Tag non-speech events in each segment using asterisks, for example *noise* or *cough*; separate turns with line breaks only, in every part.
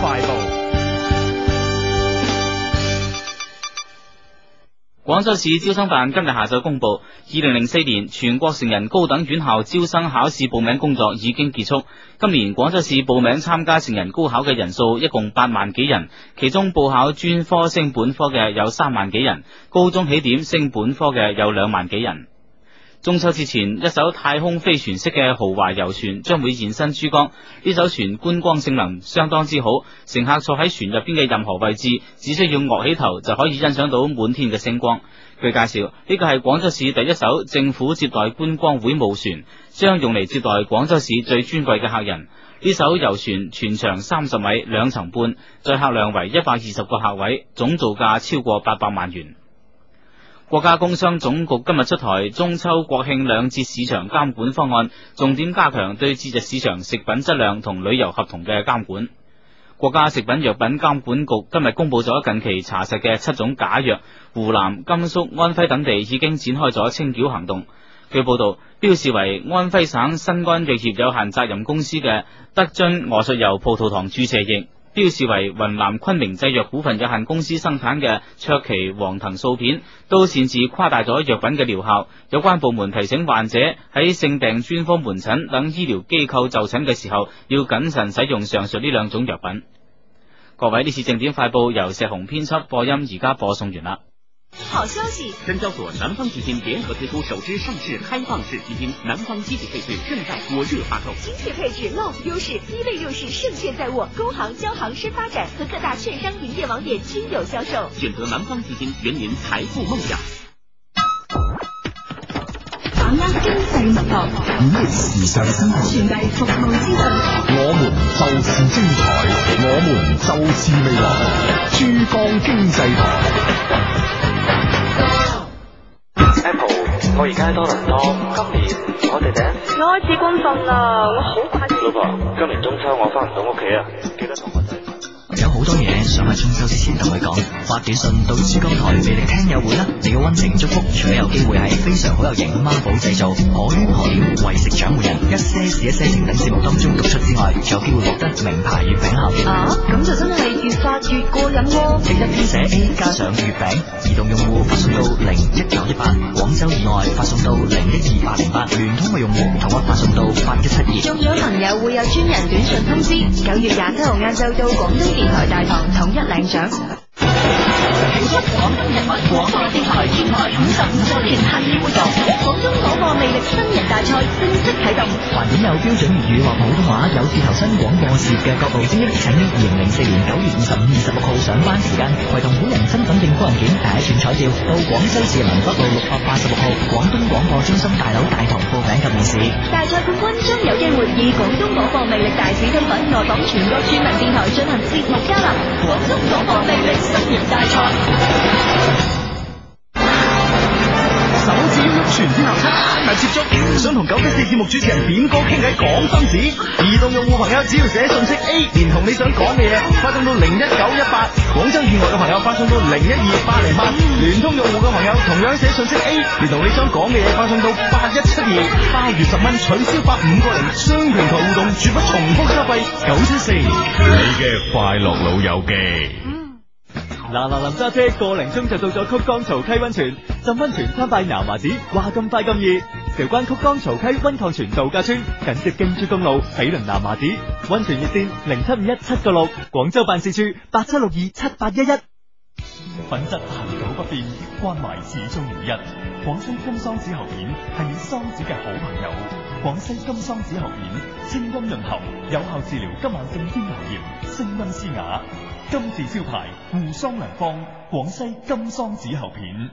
快報。
廣州市招生辦今日下晝公布，二零零四年全國成人高等院校招生考試報名工作已經結束。今年廣州市報名參加成人高考嘅人數一共八萬幾人，其中報考專科升本科嘅有三萬幾人，高中起點升本科嘅有兩萬幾人。中秋節前，一艘太空飛船式嘅豪華遊船將會現身珠江。呢艘船觀光性能相當之好，乘客坐喺船入邊嘅任何位置，只需要昂起頭就可以欣賞到滿天嘅星光。據介紹，呢個係廣州市第一艘政府接待觀光會務船，將用嚟接待廣州市最尊貴嘅客人。呢艘遊船全長三十米，兩層半，載客量為一百二十個客位，總造價超過八百萬元。國家工商總局今日出台中秋國慶兩節市場監管方案，重點加強對節日市場食品質量同旅遊合同嘅監管。國家食品藥品監管局今日公布咗近期查實嘅七種假藥，湖南、甘肅、安徽等地已經展開咗清繳行動。據報道，標示為安徽省新安藥業有限責任公司嘅德津莪術油葡萄糖注射液。標示為雲南昆明製藥股份有限公司生產嘅卓奇黃藤素片，都擅自誇大咗藥品嘅療效。有關部門提醒患者喺性病專科門診等醫療機構就診嘅時候，要謹慎使用上述呢兩種藥品。各位，呢次正點快報由石紅編輯播音，而家播送完啦。
好消息！
深交所南方基金聯合推出首支上市開放式基金，南方積極配置正在火熱發售。
精確配置 low 優勢，低位優勢勝券在握，工行、交行深發展和各大券商營業網點均有銷售。
選擇南方基金，圓您財富夢想。
把握經濟脈搏，
五月時尚生活，
傳遞服務資訊。
我們就是精彩，我們就是未來。珠江經濟台。
Apple，我而家喺多倫多，今年我哋第一次。
我開始軍訓啦，我好
嗯
掛住。
老婆，今年中秋我翻唔到屋企啊，記得同我仔。
有好多嘢想喺中秋之前同佢講，發短信到珠江台魅力聽友會啦！你嘅溫情祝福，除咗有機會係非常好有型孖寶製造，可圈可點，為食掌門人一些事一些情等節目當中讀出之外，仲有機會獲得名牌月餅盒。
啊，咁就真係越發越過癮喎、啊！
記得編寫 A 加上月餅，移動用戶發送到零一九一八，廣州以外發送到零一二八零八，聯通嘅用戶同我啊發送到八一七二。
中咗朋友會有專人短信通知，九月廿七號晏晝到廣東電台大堂統一領獎，
慶祝廣東人民廣播電台電台五十五周年慶典活動，廣東廣播魅力新人大賽正式啟動。
環境有標準粵語或普通話有志投身廣播事業嘅各路精英，請於二零零四年九月二十五、二十六號上班時間，為同本人身份證、個人件第一寸彩照，到廣州市民北路六百八十六號廣東廣播中心大樓大堂報名及面試。
大賽冠軍將有機會以廣東廣播魅力大使身份，外訪全國著名電台進行節目交流。廣東廣播魅力新人大賽。
手指喐全天候測，但接觸想同九的士節目主持人點歌傾偈講心事，移動用戶朋友只要寫信息 A，連同你想講嘅嘢發送到零一九一八，廣州以外嘅朋友發送到零一二八零八，聯通用戶嘅朋友同樣寫信息 A，連同你想講嘅嘢發送到八一七二，包月十蚊取消八五個零，雙平台互動絕不重複收費，九七四，
你嘅快樂老友記。
嗱嗱臨揸車個零鐘就到咗曲江曹溪溫泉，浸溫泉參拜南華寺，話咁快咁易。韶關曲江曹溪溫礦泉度假村緊接京珠公路，毗鄰南華寺。溫泉熱線零七五一七個六，廣州辦事處八七六二七八一一。
品質恆久不變，關懷始終如一。廣西金桑子喉片係你桑子嘅好朋友。廣西金桑子喉片清音潤喉，有效治療急慢性咽喉炎、聲音嘶啞。金字招牌護桑良方，廣西金桑子喉片。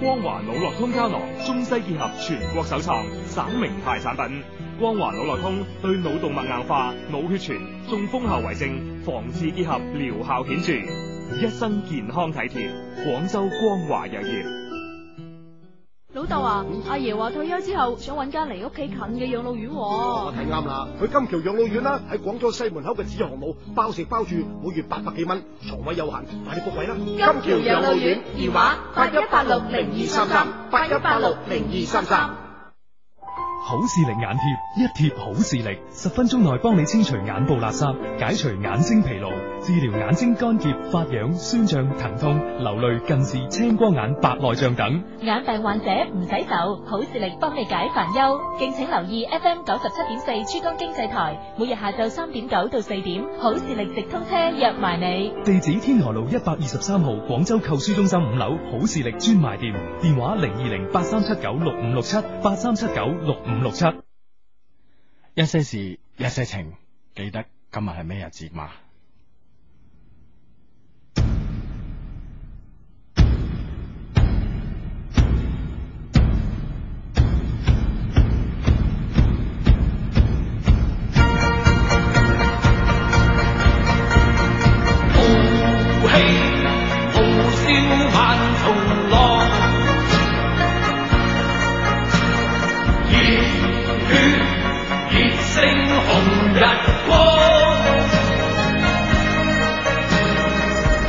光華腦絡通膠囊，中西結合，全國首創，省名牌產品。光華腦絡通對腦動脈硬化、腦血栓、中風後遺症防治結合療效顯著，一生健康體貼。廣州光華藥業。
老豆啊，阿爺話退休之後想揾間離屋企近嘅養老院喎。
我睇啱啦，去金橋養老院啦，喺廣州西門口嘅紫航路，包食包住，每月八百幾蚊，床位有限，快啲 book 位啦！
金橋養老院電話八一八六零二三三，八一八六零二三三。
好視力眼貼，一貼好視力，十分鐘內幫你清除眼部垃圾，解除眼睛疲勞，治療眼睛乾澀、發癢、酸脹、疼痛、流淚、近視、青光眼、白內障等。
眼病患者唔洗愁，好視力幫你解煩憂。敬請留意 FM 九十七點四珠江經濟台，每日下晝三點九到四點，好視力直通車約埋你。
地址天河路一百二十三號廣州購書中心五樓好視力專賣店，電話零二零八三七九六五六七八三七九六五六七。
一些事，一些情，記得今日係咩日子嘛？
豪氣豪笑萬重浪，熱血熱星紅日光，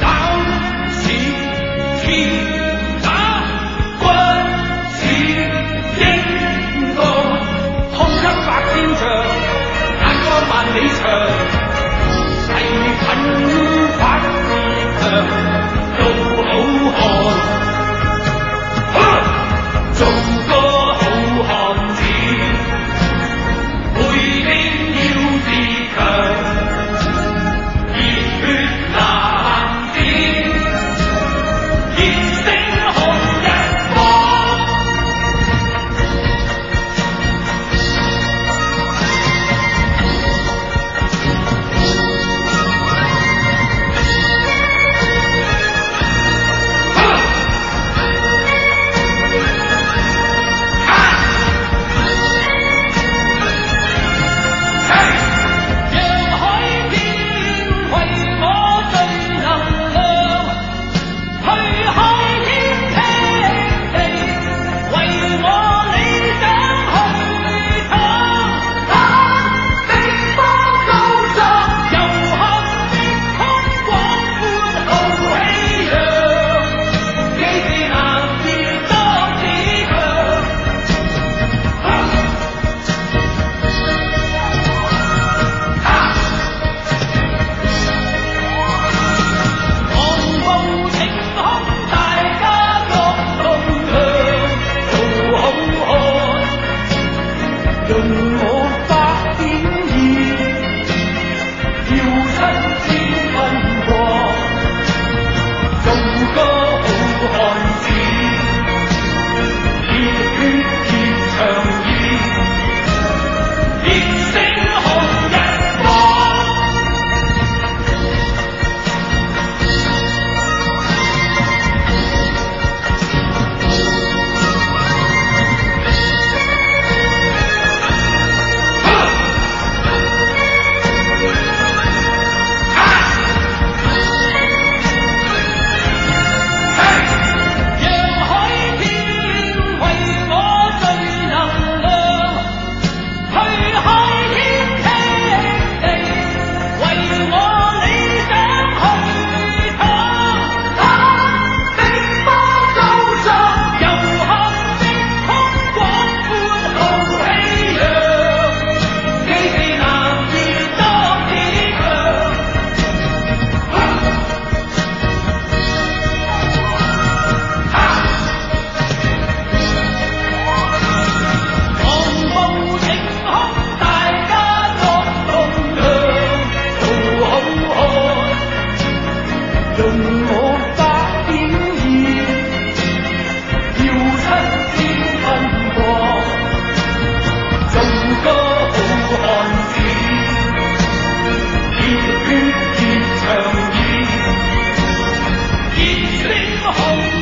膽似鐵打，骨似英鋼，胸襟百千丈，眼光萬里長。誓奮發自強，做好漢。做個好漢子，背經要自強，熱血藍天，熱星紅日光。讓海天為我盡能量，去海天踢地，為我理想去闖。打的波高壯，遊行的胸廣闊浩氣揚，幾時能見多自強？昂步挺胸，大家各棟梁，做好漢，用我百點二，要親自分光，做個好漢子，熱血熱長義，熱星紅日光。讓海天為我盡能量，去海天踢地，為我理想去闖。打的波高壯，遊行的胸廣闊浩氣揚，幾時男兒多自強？昂步挺胸，大家各棟梁，做好漢，用我百點二，要親天分光，做個好漢子，熱血熱長義，熱星紅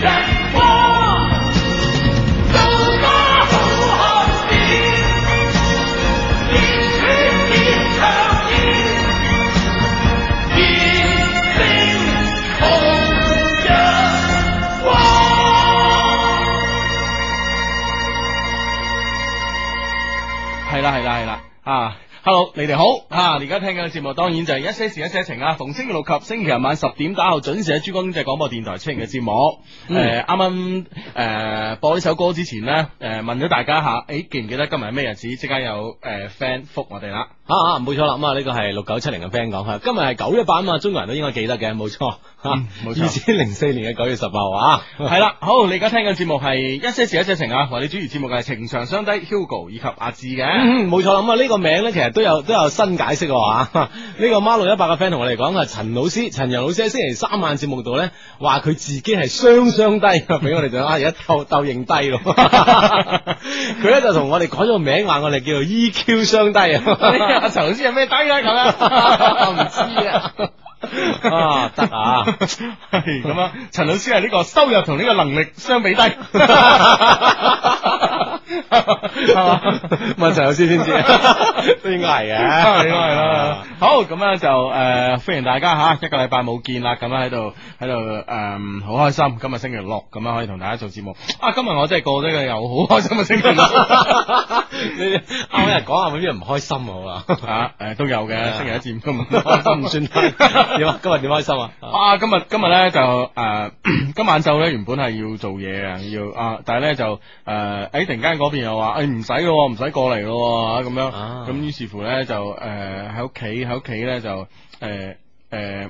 日光。做個好漢子，熱血熱腸熱，熱星紅日光。
係啦係啦係啦啊！Hello，你哋好啊！而家聽緊嘅節目當然就係一些事一些情啊，逢星期六及星期日晚十點打後準時喺珠江經濟廣播電台出現嘅節目。誒、
嗯
啱啱誒播呢首歌之前呢，誒、問咗大家下，誒、記唔記得今日係咩日子？即刻有誒、friend 覆我哋啦。
啊啊，冇錯啦，咁啊呢個係六九七零嘅 friend 講吓，今日係九一八啊嘛，中國人都應該記得嘅，冇錯啊吓，
嗯啊冇錯
二千零四年嘅九月十八號
*laughs*
啊，
係啦，好，你而家聽緊節目係一些事一些情啊，為你主持節目嘅係情長相低 Hugo 以及阿志嘅。
嗯，冇錯啦，咁啊呢個名咧其實都有都有新解釋嘅話， *laughs* 呢個孖六一八嘅 friend 同我哋講啊，陳老師陳陽老師喺星期三晚節目度咧話佢自己係雙雙低， *laughs* 俾我哋就啊而家鬥鬥認低咯， *laughs* 佢咧就同我哋改咗個名，話我哋叫做 EQ 雙低啊，
阿陳哎老師有咩低啊？咁啊，唔知啊。
*laughs* 啊得啊，
係咁啊！陳老師係呢個收入同呢個能力相
*laughs*
比低，係嘛？
問啊陳老師先
*laughs*
知，都應該係嘅，啊
係啦係啦。好咁咧就誒、呃歡迎大家吓，一個禮拜冇見啦，咁樣啊喺度喺度誒好開心，今日星期六咁樣可以同大家做節目啊！今日我真係過咗一個又好開心嘅星期六，
*laughs*
啱有人啊講下，有啲人唔開心好啊？
啊誒都有嘅，星期一至五都唔
*laughs* 開心唔算低，
*laughs*
點啊？今日點開心啊？
啊，今日今日咧就誒、 *coughs* 呃今晚晝咧原本係要做嘢嘅，要啊，但係咧就誒，誒、突然間嗰邊又話誒唔使嘅，唔使過嚟咯啊咁樣，
啊
咁於、是乎咧就誒喺屋企喺屋企咧就誒誒。呃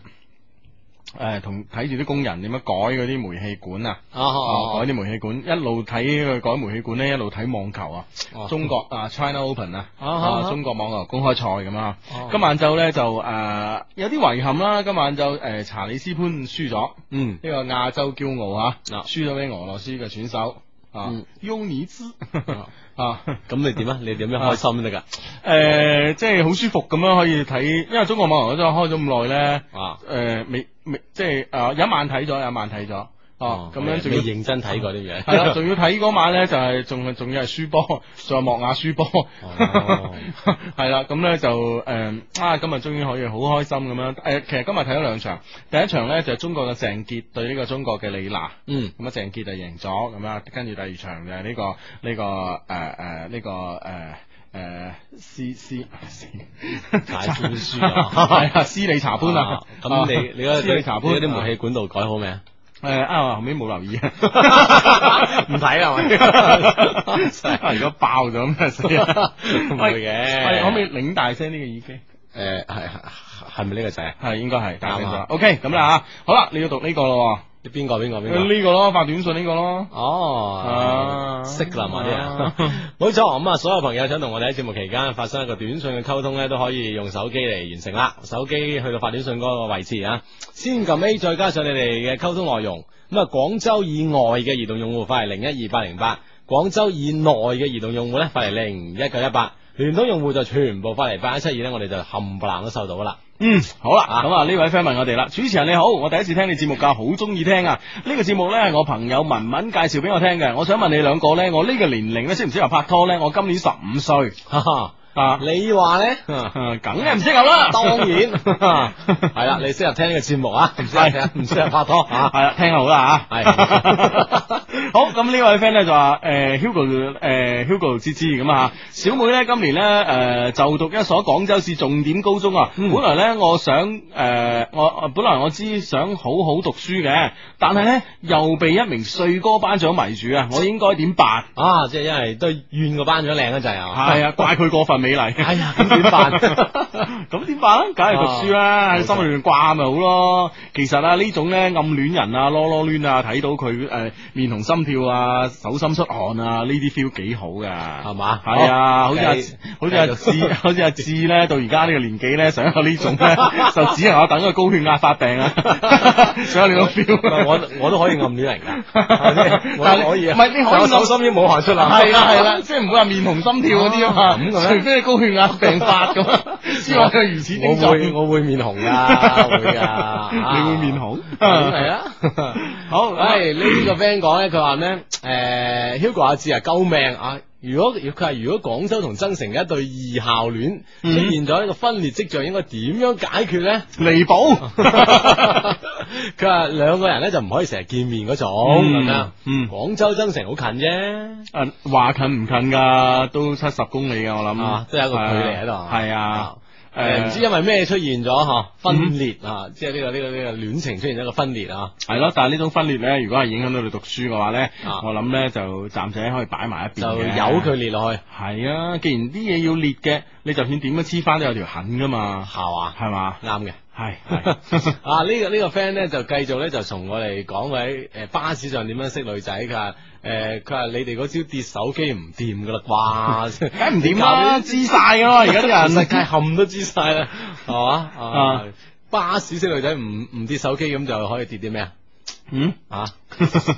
誒，同睇住啲工人點樣改嗰啲煤氣管啊，
哦哦
改啲煤氣管，一路睇佢改煤氣管咧，一路睇網球啊
哦，
中國啊 China Open 啊，
啊啊
啊中國網球公開賽咁啊
哦，
今晚晝咧就誒有啲遺憾啦，今晚晝誒查理斯潘輸咗，
嗯，
呢個亞洲驕傲啊，輸咗俾俄羅斯嘅選手啊，優尼茲啊，
嗯咁你點
*laughs*
啊？你點樣開心得噶？
誒即係好舒服咁樣可以睇，因為中國網球都開咗咁耐咧，
啊，
誒未未即係誒有一晚睇咗，有一晚睇咗。哦，咁樣仲
啊未
要
認真睇過啲嘢，
*laughs* 係啦，仲要睇嗰晚咧，就係仲係仲要係輸波， *laughs* 仲係莫亞輸波，
哦
*laughs* 係啦，咁咧就誒、啊，今日終於可以好開心咁樣誒、其實今日睇咗兩場，第一場咧就係中國嘅鄭傑對呢個中國嘅李娜，
嗯，
咁啊鄭傑就贏咗，咁啊跟住第二場就係呢、個呢、個誒誒呢個誒。誒，斯斯
大寬書啊
*laughs* 係啊，斯里查潘啊，
咁你你嗰
斯里查潘啊
嗰啲煤氣管道改好未啊？
誒啊，後尾冇
*laughs*
留意啊， *laughs*
唔睇啦，
啊 *laughs* 如果爆咗咁就死啦，
*laughs* 唔會嘅
喂可唔可以擰大聲呢個耳機？
誒係係咪呢個仔？
係應該係大
啱
聲
啊
咗。OK，咁啦嚇，好啦，你要讀呢個咯
邊個邊個
喎，
邊個？
呢個咯，發短信呢個咯。
哦，識啦嘛啲人， *laughs* 冇錯咁啊！所有朋友想同我哋喺節目期間發生一個短信嘅溝通咧，都可以用手機嚟完成啦。手機去到發短信嗰個位置啊，先撳 A，再加上你哋嘅溝通內容。咁啊，廣州以外嘅移動用戶發嚟零一二八零八，廣州以內嘅移動用戶咧發嚟零一九一八，聯通用戶就全部發嚟八一七二咧，我哋就冚唪唥都收到噶啦。
嗯，好啦，咁啊呢位 friend 問我哋啦，主持人你好，我第一次聽你節目噶，好中意聽啊！呢、個節目呢，係我朋友文文介紹俾我聽嘅，我想問你兩個呢，我呢個年齡呢，適唔適合拍拖呢？我今年十五歲，
哈哈。
啊，
你話咧，
梗係唔適合啦，
當然係啦，你適合聽呢個節目啊，唔適合聽唔適合拍拖啊，
係啦，聽好啦
吓，係
*laughs* 好，咁呢位 friend 咧就話，誒、Hugo，誒、Hugo 芝芝咁啊，小妹咧今年咧，誒、就讀一所廣州市重點高中啊。
嗯
本來咧，我想，誒、我本來我知想好好讀書嘅，但係咧又被一名帥哥班長迷住啊，我應該點辦？
啊，即係因為都怨個班長靚嗰陣啊，
係啊，怪佢過分美麗。
*laughs* 哎呀，咁點辦？
咁點辦啊？梗係讀
啊
書啦，喺心裏面掛咪好咯。其實啊，呢種咧暗戀人啊、囉囉攣啊，睇到佢誒、呃面紅心跳啊、手心出汗啊，呢啲 feel 幾好噶，係
嘛哦
係啊，好似阿
繼
好似阿
繼續
志，好似阿志咧，到而家呢個年紀咧，想有呢
*laughs*
種咧，就只能夠等佢高血壓發病啊，想有呢種 feel。
我我都可以暗戀人㗎，
*laughs* 但係
我都可以啊，
唔係你可以
我手心已經冇汗出啦，
係啊啦係
*laughs*
啦，即係唔會話面紅心跳嗰啲啊
咁
嘛，
嘅咩
除非你高血壓病
*laughs*
發咁，先話佢如此啊
我
症
會
狀。
我會面紅噶，
*laughs*
會噶，
你會面紅？
係啊， *laughs* 好，
哎
喂，呢個 friend 講咧，佢話咩？誒，Hugo 阿志啊，救命啊！如果佢話如果廣州同增城嘅一對異校戀
嗯
出現咗一個分裂跡象，應該點樣解決咧？
彌補。
*laughs* 佢話兩個人咧就唔可以成日見面嗰種咁樣。
嗯，啊
廣州增城好近啫，
誒話近唔近㗎？都七十公里㗎，我諗
啊都有一個距離喺度
係啊。誒、
诶唔知因為咩出現咗嗬
嗯
分裂啊，即係呢個呢個呢個戀情出現咗一個分裂啊，
系咯，但系呢種分裂咧，如果係影響到你讀書嘅話咧，
啊
我諗咧就暫且可以擺埋一邊
就
嘅
由佢裂落去。
係啊，既然啲嘢要裂嘅，你就算點樣黐翻都有條痕噶嘛，
係嘛，
係嘛，
啱嘅。
係
*laughs* 啊！呢、個呢、個 friend 咧就繼續咧就從我哋講喺誒巴士上點樣識女仔，佢話誒佢話你哋嗰招跌手機唔掂噶啦啩，
*laughs* 梗唔掂啦知晒噶啦而家啲人
世界冚都知晒
*laughs*
啦，係嘛
啊
啊？巴士識女仔唔唔跌手機咁就可以跌啲咩啊？
嗯 *laughs*
啊，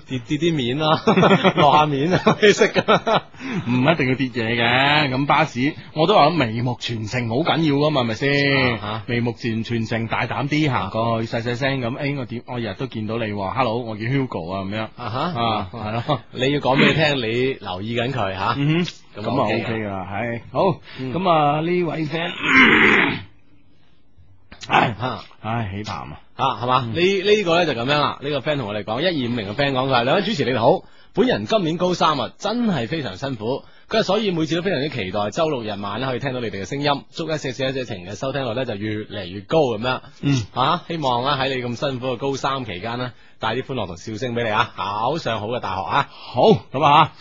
跌跌啲面 *laughs* 啦，落下面啊，你識噶。
唔一定要跌嘢嘅，咁巴士我都話眉目全城好緊要噶嘛，係咪
啊
先？眉目全全城大膽啲行過去，細細聲咁，哎誒我點我日日都見到你喎，hello，我叫 Hugo 啊咁樣，
啊哈
啊係咯，
你要講俾佢聽，你留意緊佢吓，
嗯
咁
咁啊
OK 嗯嘅
OK 噶啦，係好，咁啊呢
*coughs*
位 friend，唉
啊
唉起痰啊！
啊，系嘛？呢呢個咧就咁樣啦。呢個 friend 同我哋講，一二五零嘅 friend 講佢話兩位主持你哋好，本人今年高三啊，真係非常辛苦。佢話所以每次都非常之期待周六日晚咧可以聽到你哋嘅聲音，祝一些事一些情嘅收聽率咧就越嚟越高咁樣。
嗯，
啊，希望啦喺你咁辛苦嘅高三期間呢，帶啲歡樂同笑聲俾你啊，考上好嘅大學啊！
好咁啊。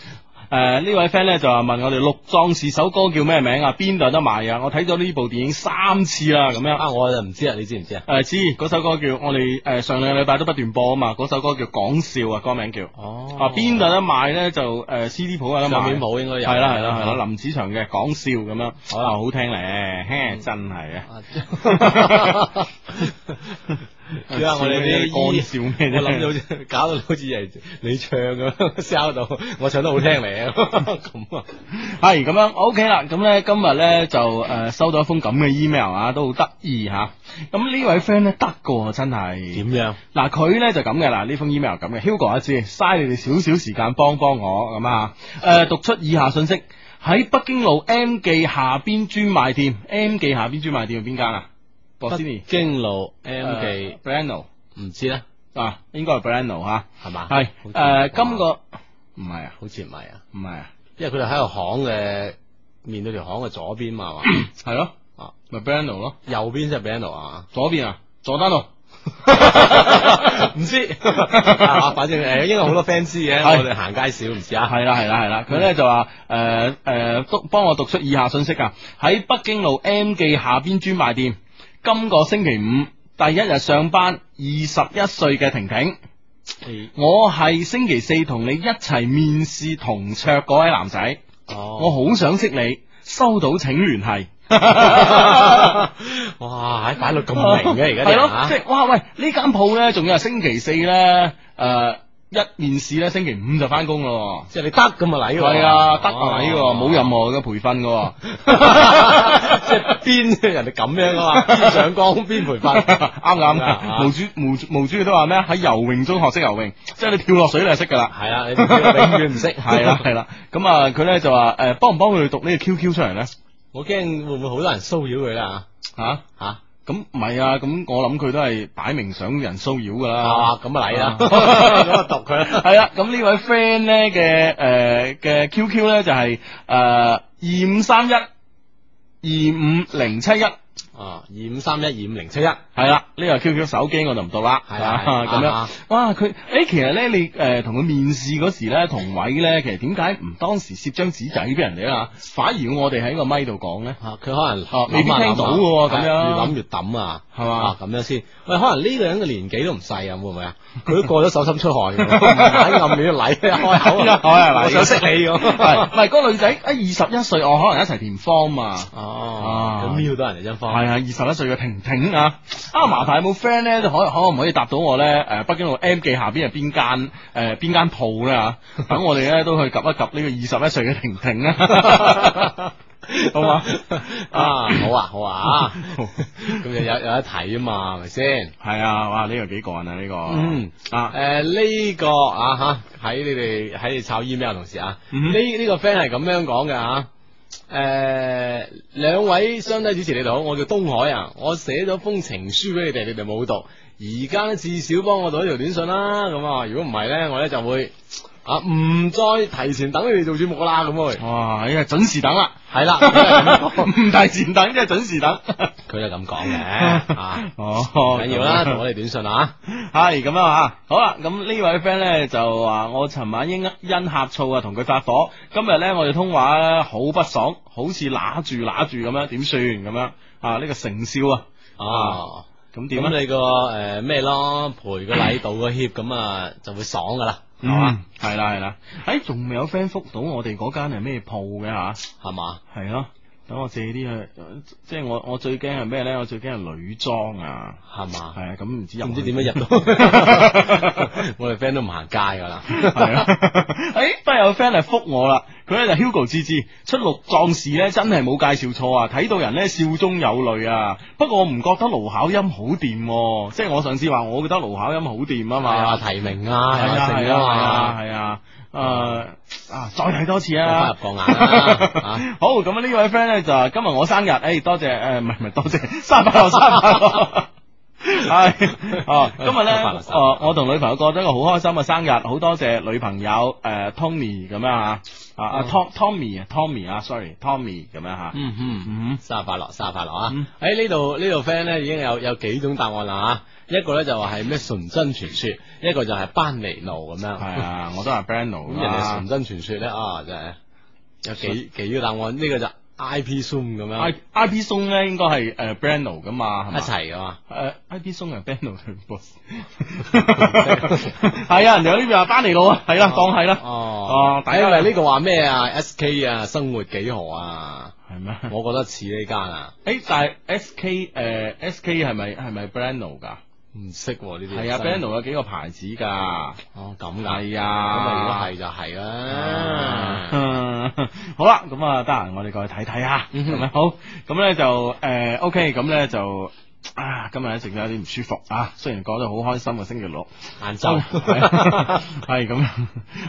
誒、呢位 friend 咧就話問我哋《陸壯士》首歌叫咩名啊？邊度有得賣啊？我睇咗呢部電影三次啦，咁樣
啊，我就唔知啊，你知唔知啊？
誒、知嗰首歌叫我哋誒、上兩個禮拜都不斷播啊嘛，嗰首歌叫講笑啊，歌名叫
哦
啊邊度有得賣咧就誒、CD 鋪有得賣，
上面冇應該有
係啦係啦係啦，
啊
林子祥嘅講笑咁樣，
好
好
啦
好聽咧，嘿真係
*laughs*
啊！
啊主要我哋啲
講
醫
啊笑咩啫
我諗到好似搞到好似係你唱
*laughs*
咁 *laughs* 樣，sell 到我唱得好聽嚟啊！咁啊，
係咁樣 OK 啦，咁咧今日咧就誒、收到一封咁嘅 email 啊，都好得意吓。咁呢位 friend 咧得嘅喎，真係
點樣？
嗱，佢咧就咁嘅啦，呢封 email 咁嘅，Hugo 阿志，嘥你哋少少時間幫幫我咁啊，誒、讀出以下信息，喺北京路 M 記下邊專賣店，M 記下邊專賣店係邊間啊？博呃斯尼
北京路 M 記
Brano
唔知咧，
啊，應該係 Brano 吓，
係嘛？
係
好似啊
誒今個唔係啊，
好似唔係啊，
唔係啊，
因為佢哋喺個巷嘅面對條巷嘅左邊
*coughs*
嘛，係嘛？
係咯，
啊，
咪 Brano 咯，
右邊就係 b a n d 啊，
左邊啊，佐
*laughs*
丹路。
唔知，
*laughs*
啊反正誒應該好多 fans 嘅，
係
我哋行街少唔知啊。
系啦系啦系啦，佢咧就話诶诶，讀幫我讀出以下信息啊！喺北京路 M 記下邊專賣店，今個星期五第一日上班，二十一歲嘅婷婷，我係星期四同你一齊面試同桌嗰位男仔，我
哦，
好想識你，收到請聯繫。
哇，喺擺到咁明嘅而家
*laughs* 係
啲人
咯，
啊
即係哇喂，呢間鋪咧，仲要係星期四咧，诶一面試咧，星期五就翻工咯喎。
即係你得咁啊禮喎，
系啊，得啊，呢個冇任何嘅培
*laughs*
訓噶，
邊人哋咁樣
*laughs*
啊嘛，邊上崗邊培訓，
啱唔啱
啊
毛主毛主毛主席都話咩？喺游泳中學識游泳，即係你跳落啊水你就識噶啦。
係啦，你知永遠唔識，*laughs*
係啦，係啦。咁啊，佢咧就話诶，帮唔幫佢哋讀呢個 QQ 出嚟咧？
我驚會唔會好多人騷擾佢啦
吓
嚇嚇，
咁唔係啊？咁我諗佢都係擺明想人騷擾噶啦。
啊咁啊嚟啦，
啊
*laughs* 咁啊讀佢啦，
係啦，咁呢位 friend 咧嘅诶嘅 QQ 咧就係诶二五三一二五零七一。
啊二五三一二五零七一，
系啦，呢個 QQ 手機我就唔讀啦，
係啦係啦
咁樣
啊，
哇佢，诶其實咧你诶同佢面試嗰時咧同位咧，其實點解唔當時攝張紙仔俾人哋啊？反而要我哋喺個咪度講咧，
啊，佢可能
啊未必
諗下
聽到嘅喎
諗下
咁樣
係越諗越抌啊，
係嘛
啊咁樣先。喂，可能呢個人嘅年紀都唔細啊，會唔會啊？佢都過咗手心出汗嘅啊 *laughs* 喎，唔
哎
喺暗戀禮開口啊，
開口係咪
哎我想識你
哎
咁。
係唔係嗰個女仔啊二十一歲，我可能一齊填方嘛，
哦，
啊
咁瞄到人哋張
係
方。
啊，二十一歲嘅婷婷啊，啊麻煩有冇 friend 咧可可唔可以答到我咧？诶北京路 M 記下邊係邊間诶邊間鋪咧啊？等我哋咧都去及一及呢個二十一歲嘅婷婷
*laughs*
啊！好嘛？
啊，好啊，好
*laughs*
啊，咁就有有得睇啊嘛，係咪先？
系啊，哇！呢、個幾過癮啊，呢、個
嗯
啊，
诶，呢個啊吓，喺你哋喺你抄 email 同時啊，
嗯哼
呢呢個 friend 係咁樣講嘅吓。诶，兩位雙低主持你哋好，我叫東海啊，我寫咗封情書俾你哋，你哋冇讀，而家咧至少幫我讀一條短信啦，咁啊，如果唔係咧，我咧就會啊，唔再提前等你哋做節目啦，咁喎。
哇，因為準時等啦，
係
*laughs*
啦，啊
唔提前等即係準時等。
佢就咁講
*laughs*
嘅，啊，
哦，
唔緊要啦，同我哋短信
*laughs*
啊，
係咁啊吓，好啦，咁呢位 friend 咧就話我尋晚因因呷醋啊同佢發火，今日咧我哋通話咧好不爽，好似揦住揦住咁樣，點算咁樣啊？呢個成少啊，
哦，
咁點啊
咁你個誒咩咯，賠個禮道個歉，咁啊就會爽噶啊啦。
係嘛？係啦係啦，誒嗯哎仲未有 friend 覆到我哋嗰間係咩鋪嘅吓？
係嘛？
係咯，等我借啲去，即係我我最驚係咩咧？我最驚係女裝啊，
係嘛？
係啊，咁唔知入
唔知
去
點樣入到， *laughs* 我哋 friend 都唔行街噶啦。
係啊，誒，不過有 friend 嚟覆我啦，佢咧就 Hugo 芝芝出六壯士咧，真係冇介紹錯啊，睇到人咧笑中有淚啊。不過我唔覺得盧巧音好掂喎，即係我上次話我覺得盧巧音好掂啊
係啊，
嘛，
提名
係
啊，係啊，
係
成啊
啊，
嘛，
係啊，誒啊，再睇多次
翻
啊
入。放眼啦，
*laughs* 好，咁啊呢位 friend 咧就話今日我生日，誒多謝呃誒唔係唔係多謝，生日快樂，生日
*laughs*
快樂。系哦，今日咧，哦，我同女朋友過咗一個好開心嘅生日，好多謝女朋友誒 Tony 咁樣啊，啊啊 Tom Tommy 啊 Tommy 啊，sorry Tommy 咁樣吓，
嗯嗯
嗯，
生日快樂，生日快樂啊！喺呢度呢度 friend 咧已經有有幾種答案啦吓，一個咧就話係咩純真傳說，一個就係班尼路咁樣。
係啊，我都係 Brando
咁人哋純真傳說咧啊，真係有幾幾個答案，呢個就 I P Zoom 咁樣
I I P 松咧應該係呃誒 Brando 噶嘛，係
一
嘛
齊噶嘛。
誒 I P 松係 *laughs* Brando 對 boss，係啊，人哋有呢邊話班尼路啊，係啦，當係啦，
哦
哦，大家
因為呢個話咩啊？S K 啊，生活幾何啊？
係咩？
我覺得似呢間啊，
誒，但係 S K 誒 S K 係咪係咪 Brando 㗎？
唔識喎呢啲。
係啊，Brando 有幾個牌子㗎。
哦咁噶，
係
咁
啊，
啊如果啊係就係啦。
嗯 *laughs* 好啦，咁啊，得閒我哋過去睇睇啊，
嗯
咁樣好，咁咧就誒 OK，咁咧就啊，今日一直都有啲唔舒服啊，雖然講得好開心嘅星期六
晏晝
*laughs* 係係咁，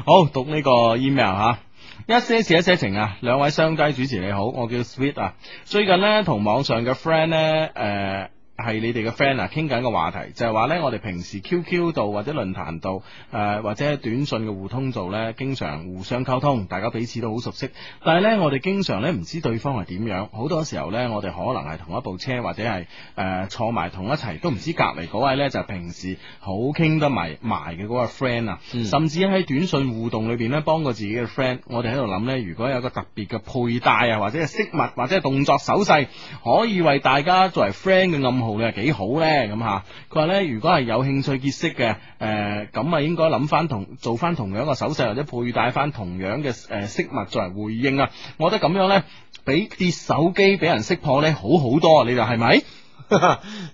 好讀呢個 email 吓。一些事一些情啊，兩位雙低主持你好，我叫 Sweet 啊，最近呢，同網上嘅 friend 呢，誒、係你哋嘅 friend 啊，傾緊個話題就係話呢，我哋平時 QQ 度或者論壇度誒、或者喺短信嘅互通度呢，經常互相溝通，大家彼此都好熟悉。但係呢，我哋經常呢，唔知對方係點樣，好多時候呢，我哋可能係同一部車或者係誒、坐埋同一齊，都唔知隔離嗰位呢，就係平時好傾得埋埋嘅嗰個 friend 啊，
嗯
甚至喺短信互動裏邊呢，幫過自己嘅 friend。我哋喺度諗呢，如果有個特別嘅佩戴啊，或者係飾物或者係動作手勢，可以為大家作為 friend 嘅暗號，你係幾好啊呢？咁吓，佢話呢，如果係有興趣結識嘅，誒、咁啊應該諗翻同做翻同樣嘅手勢或者佩戴翻同樣嘅誒飾物作為回應啊。我覺得咁樣呢，比跌手機俾人識破呢，好好多啊！你話係咪？
*laughs*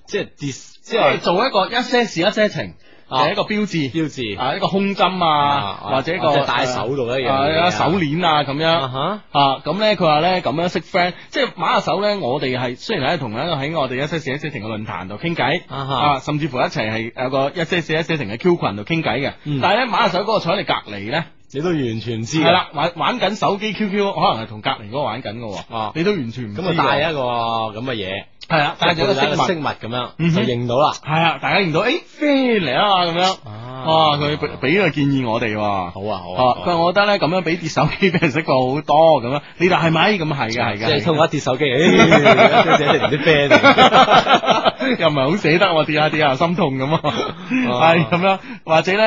即係跌，即
即係
係
做一個一些事一些情
啊
嘅一個標誌。
標誌
啊，一個胸針啊，
啊
或者一
或
個
者戴喺手度嘅嘢
啊，
啊
手鏈啊咁
啊
樣
哈，
啊，咁咧佢話咧咁樣識 friend，即係馬下手咧，我哋係雖然喺同一個喺我哋一些事一些情嘅論壇度傾偈
啊哈
啊，甚至乎一齊係有個一些事一些情嘅 Q 群度傾偈嘅
嗯，
但係咧馬下手嗰個坐喺你隔離咧。
你都完全唔知
係
㗎
啦，玩玩緊手機 QQ，可能係同隔離嗰個玩緊嘅
哦
喎，你都完全唔知
咁啊
喎
帶一個咁嘅嘢，
係啦，帶
帶
咗
咗
個
個
飾物
飾。物咁樣
嗯哼
就認到啦。
係啊，大家見到誒 friend 嚟啊咁樣，哇！佢俾俾個建議我哋喎，好
好啊好
佢話
啊，
我覺得咧咁樣俾跌手機俾人識過好多咁樣，你哋係咪咁啊係嘅係嘅？
啊即係通過
過
一跌手機，
*laughs*
誒，姐姐同啲 friend 啊嚟
又唔係好捨得我跌下跌下心痛
*laughs*
咁啊，係咁樣，或者咧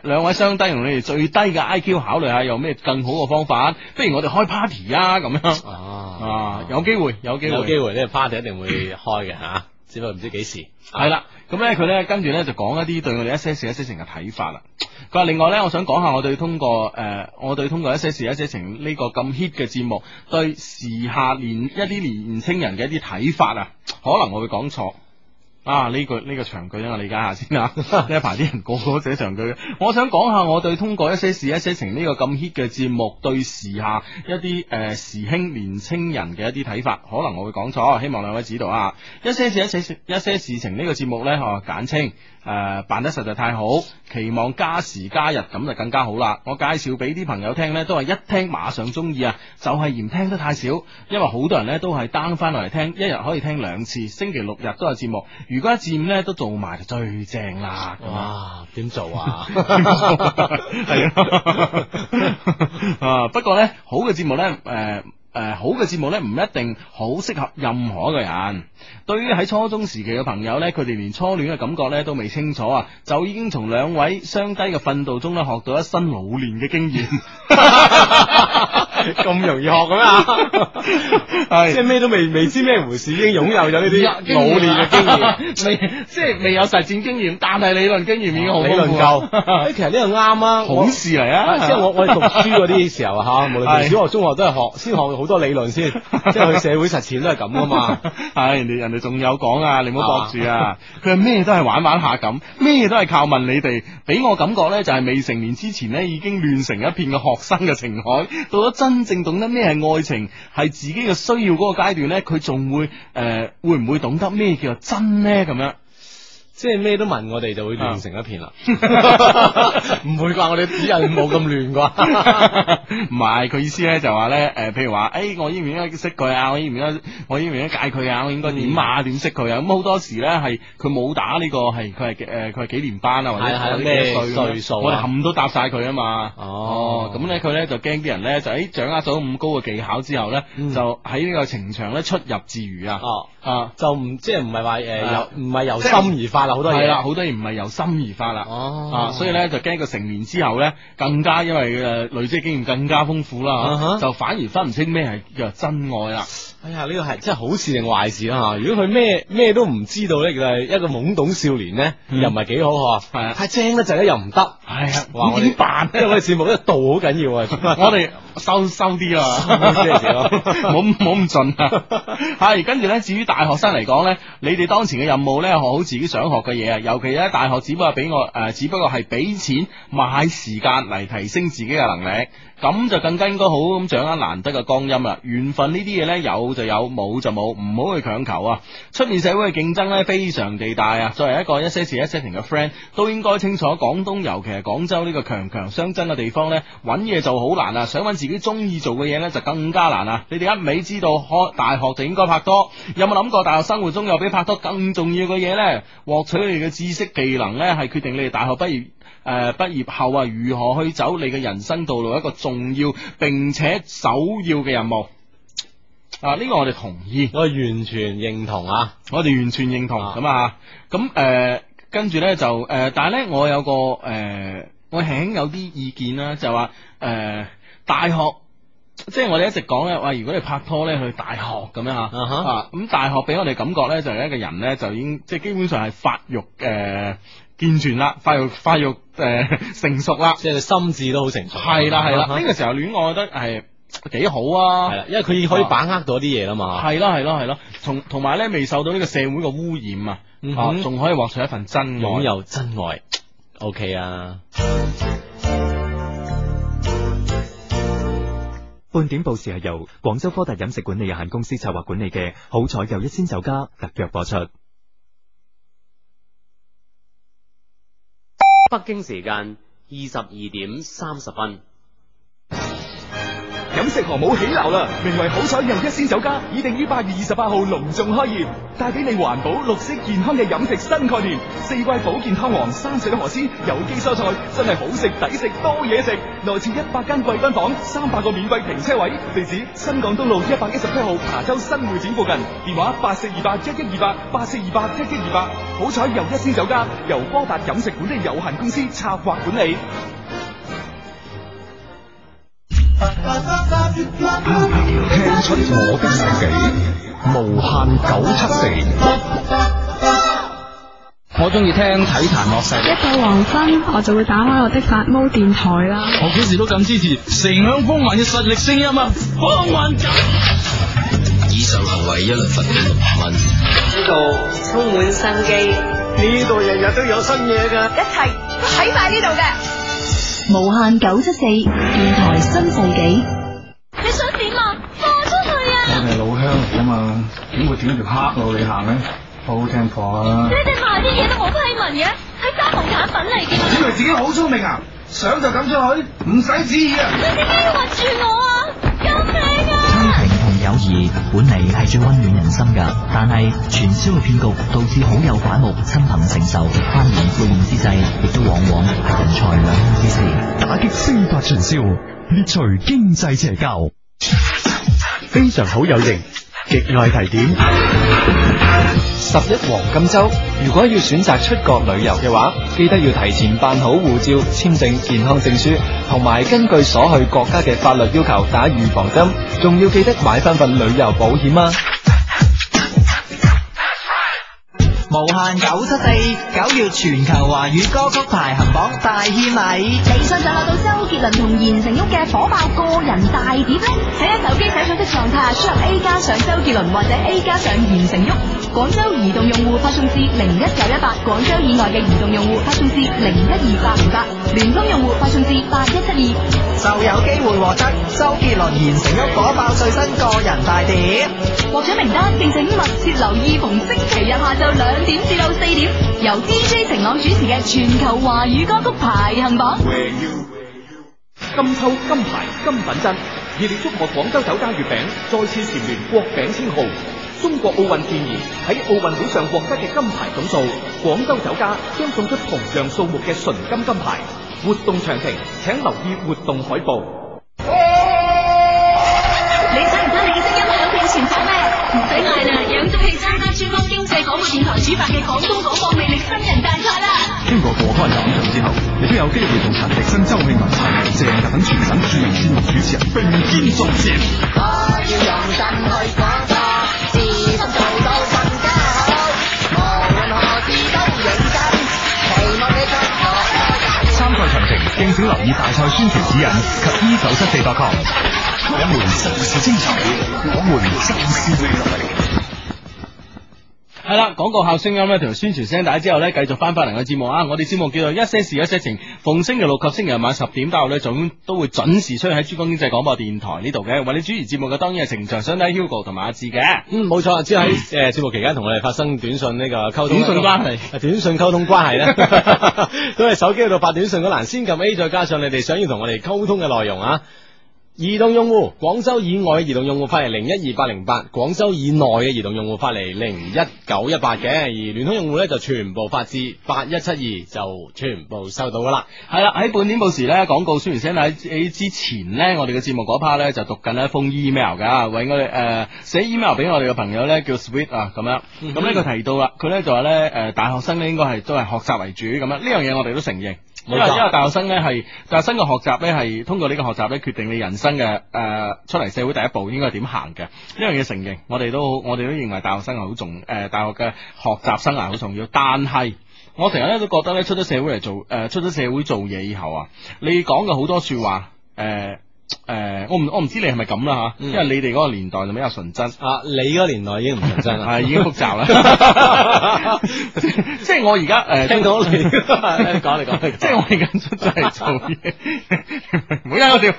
誒兩位相低用你哋最低嘅 I Q 考慮下有咩更好嘅方法，不如我哋開 party 啊咁樣啊
啊，
有機會有機
有機
會。
會呢個 party 一定會開嘅
*laughs*
吓，只不過唔知幾時。
係啦，咁咧佢咧跟住咧就講一啲對我哋一些事一些情嘅睇法啦。佢話另外咧，我想講下我對通過誒、呃我對通過一些事一些情呢個咁 hit 嘅節目，對時下年一啲年青人嘅一啲睇法啊，可能我會講錯。啊！呢句呢個長句等我理解下先啊！ *laughs* 呢一排啲人個個都寫長句嘅，我想講下我對通過一些事一些情呢個咁 hit 嘅節目，對時下一啲誒、呃、時興年青人嘅一啲睇法，可能我會講錯，希望兩位指導啊！一些事一些事一些事情呢個節目呢，哦簡稱誒、呃辦得實在太好，期望加時加日咁就更加好啦。我介紹俾啲朋友聽呢，都係一聽馬上中意啊，就係、嫌聽得太少，因為好多人呢都係 down 翻落嚟聽，一日可以聽兩次，星期六日都有節目。如如果一至五咧都做埋就最正啦。
哇，點做
*laughs*
啊？ *laughs*
係啊， *laughs* 啊不過咧，好嘅節目咧，誒、誒、好嘅節目咧，唔一定好適合任何一個人。對於喺初中時期嘅朋友咧，佢哋連初戀嘅感覺咧都未清楚啊，就已經從兩位雙低嘅訓導中咧學到一身老練嘅經驗。
*laughs* 咁容易學咁啊？
*laughs* 係
即係咩都未未知咩回事，已經擁有咗呢
有 *laughs*
啲
經驗
老練嘅經驗。
*laughs* 未即係未有實戰經驗，但係理論經驗已經好
哦理
豐
論
富
夠
啦。
誒，
*laughs*
其實呢個啱啊，我
好事嚟啊
即係我
*laughs*
我哋讀書嗰啲時候啊嚇，無論
係
從小學、中學都係學，先學好多理論
*laughs*
先，即係去社會實踐都係咁噶嘛。
係哎人哋人哋仲有講啊，你唔好駁住啊！佢話咩都係玩玩下咁，咩都係靠問你哋，俾我感覺呢，就係未成年之前呢已經亂成一片嘅學生嘅情海，到咗真正懂得咩係愛情，係自己嘅需要嗰個階段呢，佢仲會誒、呃、會唔會懂得咩叫做真呢？咁啊樣？
即係咩都問我哋就會亂成一片啦，唔會啩？我哋指引冇咁亂啩？
*laughs* 唔係，佢意思咧就話咧，誒、譬如話，誒、我應唔應該識佢啊？我應唔應該，我應唔應該戒佢啊？我應該點
嗯
啊？點識佢啊？咁好多時咧係佢冇打呢、個係佢係幾誒佢係幾年班啊，或者
係係
或者
咩
幾多咁樣
歲數啊
我哋冚都答晒佢啊嘛。哦，咁咧佢咧就驚啲人咧就哎喺掌握咗咁高嘅技巧之後咧，就喺呢個情場咧出入自如啊。
嗯哦，
啊，
就唔即係唔係話誒
啊
由唔係由
即係
心而發啊啦，好多嘢
係啦，好多嘢唔係由心而發啦。
哦
啊，所以咧就驚佢成年之後咧，更加因為誒累積經驗更加豐富
啊
啦
哈，
就反而分唔清咩係叫做真愛啊啦。
哎呀，呢個係真係好事定壞事啦吓！如果佢咩咩都唔知道咧，佢係一個懵懂少年咧，又唔係幾好嗬。
嗯係啊
太精得滯咧，又唔得。
係啊，
哇！我
點
哋
辦
因為我哋節目呢個度好緊要啊。
*laughs* 我哋收收啲啊 *laughs* 啦，
收啲先咯
冇冇咁盡啊。 *laughs* 係，跟住咧，至於大學生嚟講咧，你哋當前嘅任務咧，學好自己想學嘅嘢啊。尤其咧，大學只不過俾我誒、呃只不過係俾錢買時間嚟提升自己嘅能力。咁就更加應該好好咁掌握難得嘅光陰啦。緣分呢啲嘢呢，有就有，冇就冇，唔好去強求啊。出面社會嘅競爭呢，非常地大啊。作為一個一些事一些情嘅 friend，都應該清楚廣東，尤其係廣州呢個強強相爭嘅地方呢，揾嘢就好難啊。想揾自己中意做嘅嘢呢，就更加難啊。你哋一味知道開大學就應該拍拖，有冇諗過大學生活中有比拍拖更重要嘅嘢呢？獲取你哋嘅知識技能呢，係決定你哋大學畢業。誒畢業後啊，如何去走你嘅人生道路一個重要並且首要嘅任務。啊！呢、個我哋同意，
我完全認同啊！
我哋完全認同咁啊！咁誒、呃跟住呢，就誒、呃但係呢，我有個誒、呃我輕有啲意見啦，就話誒、呃大學。即係我哋一直講咧，話如果你拍拖咧去大學咁樣吓，啊咁大學俾我哋感覺咧就係一個人咧就已經即係基本上係發育誒、呃健全啦，發育發育誒、呃 *laughs* 成熟啦，
即係心智都好成熟。
係啦係啦，呢個時
候
候戀愛我覺得係幾好啊，
係啦，因為佢已經可以把握到啲嘢啦嘛。
係啦係啦係啦，同同埋咧未受到呢個社會嘅污染啊
嗯，
啊
哼
仲可以獲取一份真愛，
擁有真愛，OK 啊！
半點報時係由廣州科特飲食管理有限公司策劃管理嘅《好彩又一鮮酒家》特約播出。
北京時間二十二點三十分。
飲食航母起樓啦！名為好彩又一鮮酒家，已定於八月二十八號隆重開業，帶俾你環保、綠色、健康嘅飲食新概念。四季保健湯王、山水河鮮、有機蔬菜，真係好食抵食多嘢食。內設一百間貴賓房，三百個免費停車位。地址：新港東路一百一十七號琶洲新會展附近。電話：八四二八一一二八八四二八一一二八。好彩又一鮮酒家由波達飲食管理有限公司策劃管理。
聽出我的世紀，無限九七四。
我中意聽體壇樂世，
一到黃昏，我就會打開我的發毛電台啦。
我幾時都咁支持城鄉風雲嘅實力聲音啊！風雲九，
以上行為一律罰款六百蚊。
呢度充滿生機，呢度日日都有新嘢㗎，一切都喺晒呢度嘅。
無限九七四電台新世紀。
你想點啊？放出去啊！
我哋係老啊鄉嚟噶嘛，點會點一條黑路你行呢？好啊聽話啦
你！哋賣啲嘢都冇批文嘅，係加盟產品嚟嘅。
以為自己好聰明啊，想就咁出去，唔使旨意啊！
你點解要困住我啊？救命啊！
同友誼
義本嚟係最温暖人心㗎，但係傳銷嘅騙局導致好友反目，親朋承受，翻年覆面之際，亦都往往係人財兩空之事。
打擊非法傳銷，列除經濟邪教，非常好有型，極愛提點。
十一黃金周，如果要選擇出國旅遊嘅話，記得要提前辦好護照、簽證、健康證書，同埋根據所去國家嘅法律要求打預防針，仲要記得買翻份旅遊保險啊！
無限九七四，九月全球華語歌曲排行榜大獻禮。
你信就攞到周杰倫同言承旭嘅火爆個人大碟呢？喺手機搜索的狀態輸入 A 加上周杰倫或者 A 加上言承旭。廣州移動用戶發送至零一九一八，廣州以外嘅移動用戶發送至零一二八五八，聯通用戶發送至八一七二，
就有機會獲得周杰倫言承旭火爆最新個人大碟。
獲獎名單敬請密切留意，逢星期日下晝兩點至到四點，由 DJ 晴朗主持嘅全球華語歌曲排行榜。
金秋金牌金品質，熱烈祝賀廣州酒家月餅再次蟬聯國餅稱號。中國奧運健兒喺奧運會上獲得嘅金牌總數，廣州酒家將送出同樣數目嘅純金金牌。活動詳情請留意活動海報。
你想唔想你嘅聲音響遍全國咩？唔使嗌啦，有足氣參加珠江經濟廣播電台主辦嘅廣東廣播魅力新人大賽啦！
經過過關斬將之後，你都有機會同陳迪生、周慶文、陳豪、鄭達等全省著名節目主持人並肩作戰。
我要用心去廣州，自信做到更加好，無論何事都認真，期望你給我
參賽詳情敬請留意大賽宣傳指引及 E 九七四 .com。我們就是精彩，我們就是未來。
系啦，廣告效聲音咧，同宣傳聲帶之後咧，繼續翻返嚟嘅節目啊！我哋節目叫做一些事一些情，逢星期六及星期日晚十點打後咧，總都會準時出現喺珠江經濟廣播電台呢度嘅。為你主持節目嘅當然係情長相低 Hugo 同埋阿志嘅。
嗯，冇錯，之後喺誒節目期間同我哋發生短信呢個溝通
短信關 *laughs*
啊
係，
短信溝通關係
*laughs*
咧，都係手機度發短信嗰欄先撳 A，再加上你哋想要同我哋溝通嘅內容啊。移動用戶，廣州以外嘅移動用戶發嚟零一二八零八，廣州以內嘅移動用戶發嚟零一九一八嘅，而聯通用戶咧就全部發至八一七二，就全部收到噶啦。
係啦，喺半點報時咧，廣告宣傳聲喺喺之前咧，我哋嘅節目嗰 part 咧就讀緊一封 email 噶，為我哋誒寫 email 俾我哋嘅朋友咧叫 Sweet 啊咁樣，
嗯
咁呢佢提到啦，佢咧就話咧誒大學生咧應該係都係學習為主咁樣，呢樣嘢我哋都承認。因
冇
為
錯
因為大學生咧係大學生嘅學習咧係通過呢個學習咧決定你人生嘅誒、呃出嚟社會第一步應該係點行嘅呢樣嘢承認，我哋都好我哋都認為大學生係好重誒、呃大學嘅學習生涯好重要，但係。我成日咧都覺得咧，出咗社會嚟做，誒、呃出咗社會做嘢以後啊，你講嘅好多説話，誒、誒、呃我唔我唔知你係咪咁啦嚇，因為你哋嗰個年代就比較純真。
嗯啊，你嗰個年代已經唔純真啦，
*laughs* 係已經複
*laughs*
雜啦。即係我
*laughs*
而家誒，
聽 *laughs*
*laughs*
到你呃哎講你講你講
即係我而家出咗嚟做嘢， *laughs* 唔好因我屌。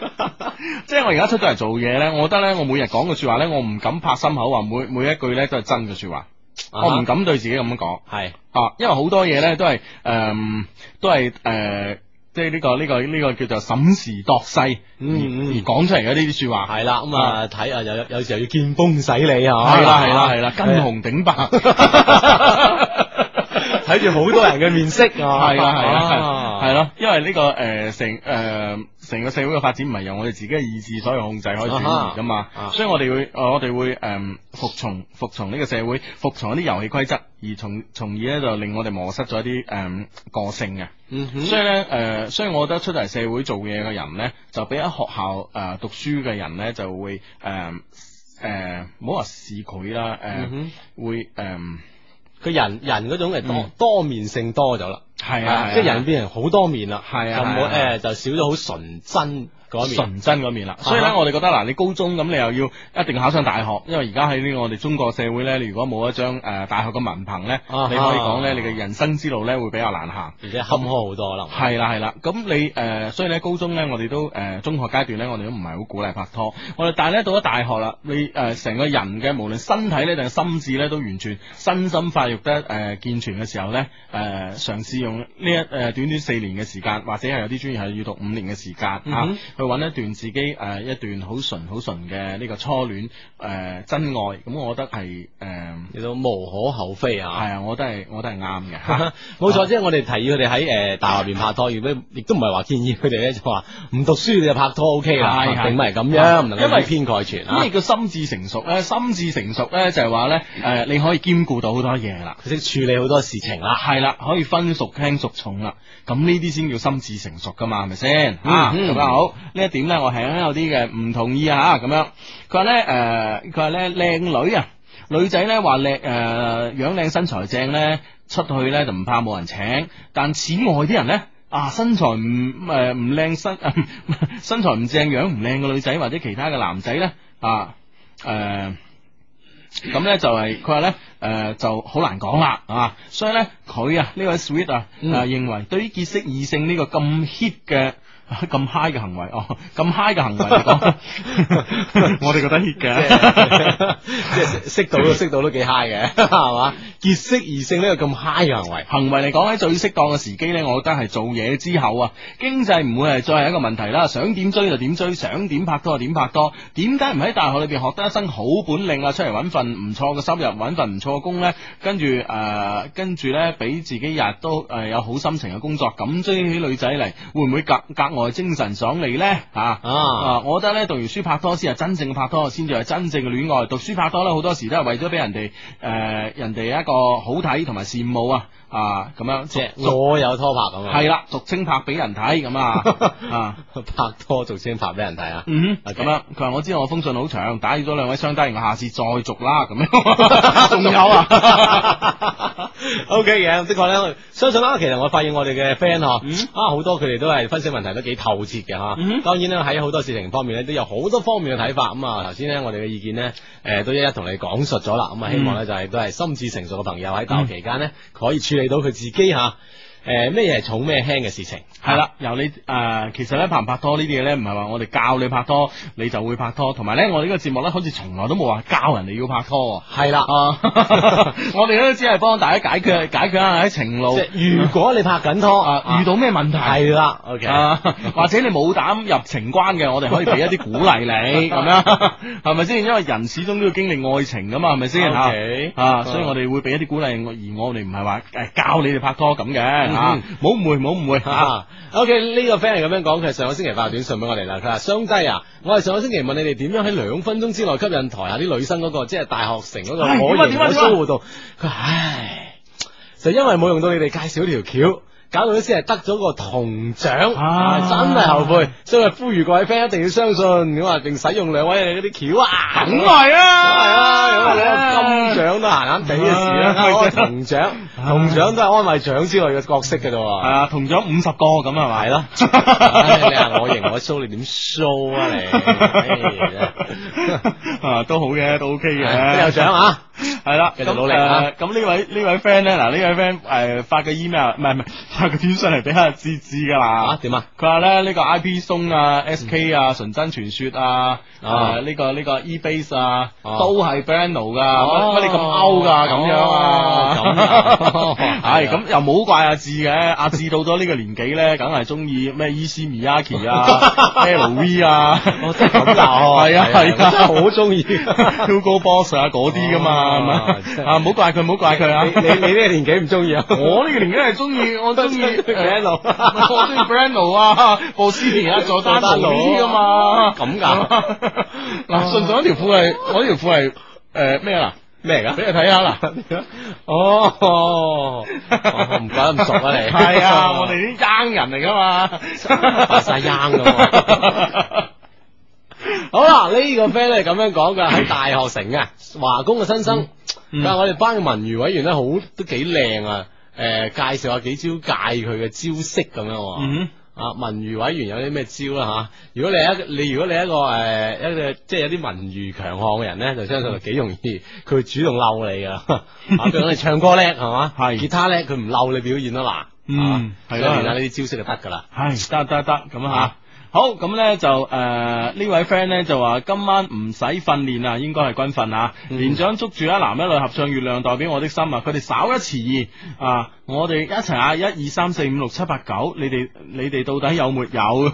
即係我而家出咗嚟做嘢咧，我覺得咧，我每日講嘅説話咧，我唔敢拍心口話每每一句咧都係真嘅説話，
啊哈
我唔敢對自己咁樣講。
係
啊，因為好多嘢咧都係誒、嗯都係誒、呃即係呢、個呢、個呢、個叫做審時度勢，
嗯
而講出嚟嘅呢啲説話
係啦，咁啊睇啊有有有時候要見風使你啊，
係啦係啦係啦，跟紅頂白，
*laughs*
*laughs*
睇住好多人嘅面色啊，
係啦係啦
啊
係咯，因為呢、個誒、呃成誒、呃成個社會嘅發展唔係由我哋自己嘅意志所以控制可以轉移噶嘛
啊哈啊，
所以我哋會呃我哋會誒、呃服從服從呢個社會，服從一啲遊戲規則，而從從而咧就令我哋磨失咗一啲誒、呃、個性嘅。
嗯哼
所以咧，誒、所以我覺得出嚟社會做嘢嘅人咧，就比喺學校誒、呃、讀書嘅人咧，就會誒誒，唔好話視佢啦，誒、呃
嗯
會呃誒，
佢人人嗰種係多
嗯
多面性多咗啦，
係啊係啊
即係人變成好多面啦，
係
就
啊係啊係啊
冇誒就少咗好純真嗰一面，
純真嗰面啦。所以咧，
啊哈
我哋覺得嗱，你高中咁，你又要一定考上大學，因為而家喺呢個我哋中國社會咧，你如果冇一張誒、呃大學嘅文憑咧，
啊哈
你可以講咧，你嘅人生之路咧會比較難行。
而且坎坷好多啦。
係啦係啦，咁你誒、呃所以咧高中咧，我哋都誒、呃中學階段咧，我哋都唔係好鼓勵拍拖。我哋但係咧到咗大學啦，你誒成、個人嘅無論身體咧定係心智咧，都完全身心發育得誒、呃健全嘅時候咧，誒、呃嘗試用呢一誒、呃短短四年嘅時間，或者係有啲專業係要讀五年嘅時間、
嗯
啊
哼，
去去揾一段自己誒、呃一段好純好純嘅呢個初戀誒、呃真愛，咁我覺得係誒
亦都無可厚非啊。
係啊，我覺得係我覺得係啱嘅。
*laughs* 冇錯，即係我哋提議佢哋喺誒大學入邊拍拖，亦都亦都唔係話建議佢哋咧就話唔讀書你就拍拖 O K 啦，
係係
並唔係咁樣，唔能
因
夠
為
以偏概全啊
咩。叫心智成熟咧？心智成熟咧就係話咧，诶，你可以兼顧到好多嘢啦，
識處理好多事情啦，
係啦，可以分熟輕熟重啦，咁呢啲先叫心智成熟噶嘛，係咪先？
嗯
啊，
嗯
咁啊好，呢一點咧我係有啲嘅唔同意啊，咁樣佢話咧诶，佢話咧靚女啊，女仔咧話靚诶樣靚身材正咧，出去咧就唔怕冇人請，但此外啲人咧。啊，身材唔 *laughs* 诶唔靚身、 *laughs* 身材唔正樣唔靚嘅女仔或者其他嘅男仔咧啊诶。誒咁咧就係佢話咧，誒、就好難講啦啊！所以咧，佢啊呢位 sweet 啊，誒、認為對於結識異性呢個咁 hit 嘅 *laughs* 咁 high 嘅行為，哦咁 high 嘅行為嚟講， *laughs* 我哋覺得 hit *laughs* 嘅，
即係識到都識到都幾 high
*laughs*
嘅，係嘛？結識異性呢個咁 high 嘅行為，
行為嚟講咧，最適當嘅時機咧，我覺得係做嘢之後啊，經濟唔會係再係一個問題啦。想點追就點追，想點拍拖就點拍拖。點解唔喺大學裏邊學得一身好本領啊？出嚟揾份唔錯嘅收入，揾份唔錯嘅工咧，跟住誒、呃跟住咧，俾自己日日都誒、呃有好心情嘅工作，咁追起女仔嚟，會唔會格格外精神爽利咧？嚇啊我覺得咧，讀完書拍拖先係啊真正嘅拍拖，先至係真正嘅戀愛。讀書拍拖咧，好多時都係為咗俾人哋誒、呃人哋一個好睇同埋羨慕啊！啊，咁樣即係
我有拖拍咁啊
係啦，俗稱拍俾人睇
*laughs*
咁啊，啊，
拍拖做先拍俾人睇啊。
嗯哼，咁 *laughs* 樣佢話我知我封信好長，打擾咗兩位雙低，我下次再續啦，咁樣， *laughs* 仲有啊，
*laughs* O K 嘅，的確咧，我相信啦。啊其實我發現我哋嘅 friend 嗬，
嗯
啊好多佢哋都係分析問題都幾透徹嘅吓。當然啦，喺好多事情方面咧，都有好多方面嘅睇法。咁啊，頭先咧我哋嘅意見咧，誒都一一同你講述咗啦。咁啊，希望咧就係都係心智成熟嘅朋友喺大學期間咧，可以處理到佢自己吓。誒咩嘢係重咩輕嘅事情，
係啦，由你誒、呃其實咧拍唔拍拖呢啲嘢咧，唔係話我哋教你拍拖，你就會拍拖，同埋咧我哋呢個節目咧，好似從來都冇話教人哋要拍拖喎，
係啦，
啊， *laughs* 我哋都只係幫大家解決解決下喺情路，
即係如果你拍緊拖，
啊遇到咩問題
係啦，OK
啊，或者你冇膽入情關嘅，我哋可以俾一啲鼓勵
*laughs*
你咁樣，係咪先？因為人始終都要經歷愛情噶嘛，係咪先嚇
OK
啊，所以我哋會俾一啲鼓勵，而我哋唔係話誒教你哋拍拖咁嘅
嗯
嚇
嗯，
冇誤會冇誤會嚇
啊。OK，呢個 friend 係咁樣講，佢係上個星期發短信俾我哋啦。佢話：雙低啊，我係上個星期問你哋點樣喺兩分鐘之內吸引台下啲女生嗰、個，即係大學城嗰個
唉
可型
點啊點啊
嘅
點啊
騷活動。佢話：唉，就因為冇用到你哋介紹條橋。搞到先係得咗個銅獎，
啊
真係後悔，所以呼籲各位 friend 一定要相信咁啊，並使用兩位你嗰啲橋啊，
梗係啊
係啊，咁啊攞個金
係啊
獎都閒閒地嘅事
*laughs*
啦，
啊
攞個銅獎，銅獎都係安慰獎之類嘅角色嘅啫喎。
係啊，同咗五十個咁係咪？係咯，
唉你話我型我 show 你點 show 啊
*laughs*
你？
啊，都好嘅，都 OK
唉 *laughs*
嘅，
都有獎
*laughs*
啊！
系啦，
繼
咁
續努力啊
誒咁呃呢位呢位 friend 咧，嗱呢位 friend 诶發個 email，唔係唔係發個短信嚟俾阿芝芝
啊
噶啦。
點啊？嗯
佢話咧呢個 I P 松啊、S K 啊、純真傳說啊、
啊
誒呢個呢個 E Base 啊，
哦
都係 Brando 噶，
哦
乜乜你咁勾噶咁樣啊？
哦咁啊
*laughs* 係咁又冇好怪阿志嘅，阿志到咗呢個年紀咧，梗係中意咩 E C Miyaki
*laughs*
啊、L V 啊，
我真係咁噶，哦
*laughs* 係啊
係啊
係
我
啊
真係好中意。
*laughs* Hugo Boss 啊嗰啲噶嘛，係
哦
咪啊？唔好怪佢，唔好怪佢啊！
你你你呢個年紀唔中意啊？
我呢個年紀係中意，我中
*laughs*
意
Brando
我中意 Brando 啊，布斯尼啊，佐丹奴呢噶嘛，
咁㗎。
*laughs* 嗱，順順一條褲係，我呢條褲係誒咩啊？
咩嚟
俾
㗎？
你睇下啦。
*laughs* 哦，哦唔怪得咁熟啊你。
係啊，我哋啲 young 人嚟噶嘛，
發晒秧㗎
*laughs*
喎好啦，呢個 friend 咧咁樣講㗎，喺大學城啊，華工嘅新生，
嗯
但係我哋班嘅文娛委員咧好都幾靚啊，誒介紹下幾招戒佢嘅招式咁樣喎。
嗯
啊，文娛委員有啲咩招啦吓？如果你係一個你如果你係一個誒、一個即係有啲文娛強項嘅人咧，就相信就幾容易佢會主動嬲你噶。啊，
嗯
譬如講你唱歌叻係嘛，係吉他叻，佢唔嬲你表現得嗱，啊
嗯
係嘛啊所
係
以
啦
練下呢啲招式就得㗎啦。
係得得得咁啊好，咁咧就诶、呃呢位 friend 咧就話今晚唔使訓練啊，應該係軍訓啊。
嗯
連長捉住一男一女合唱《月亮代表我的心》啊，佢哋稍一遲疑啊，我哋一齊啊，一二三四五六七八九，你哋你哋到
*laughs*
底有沒有？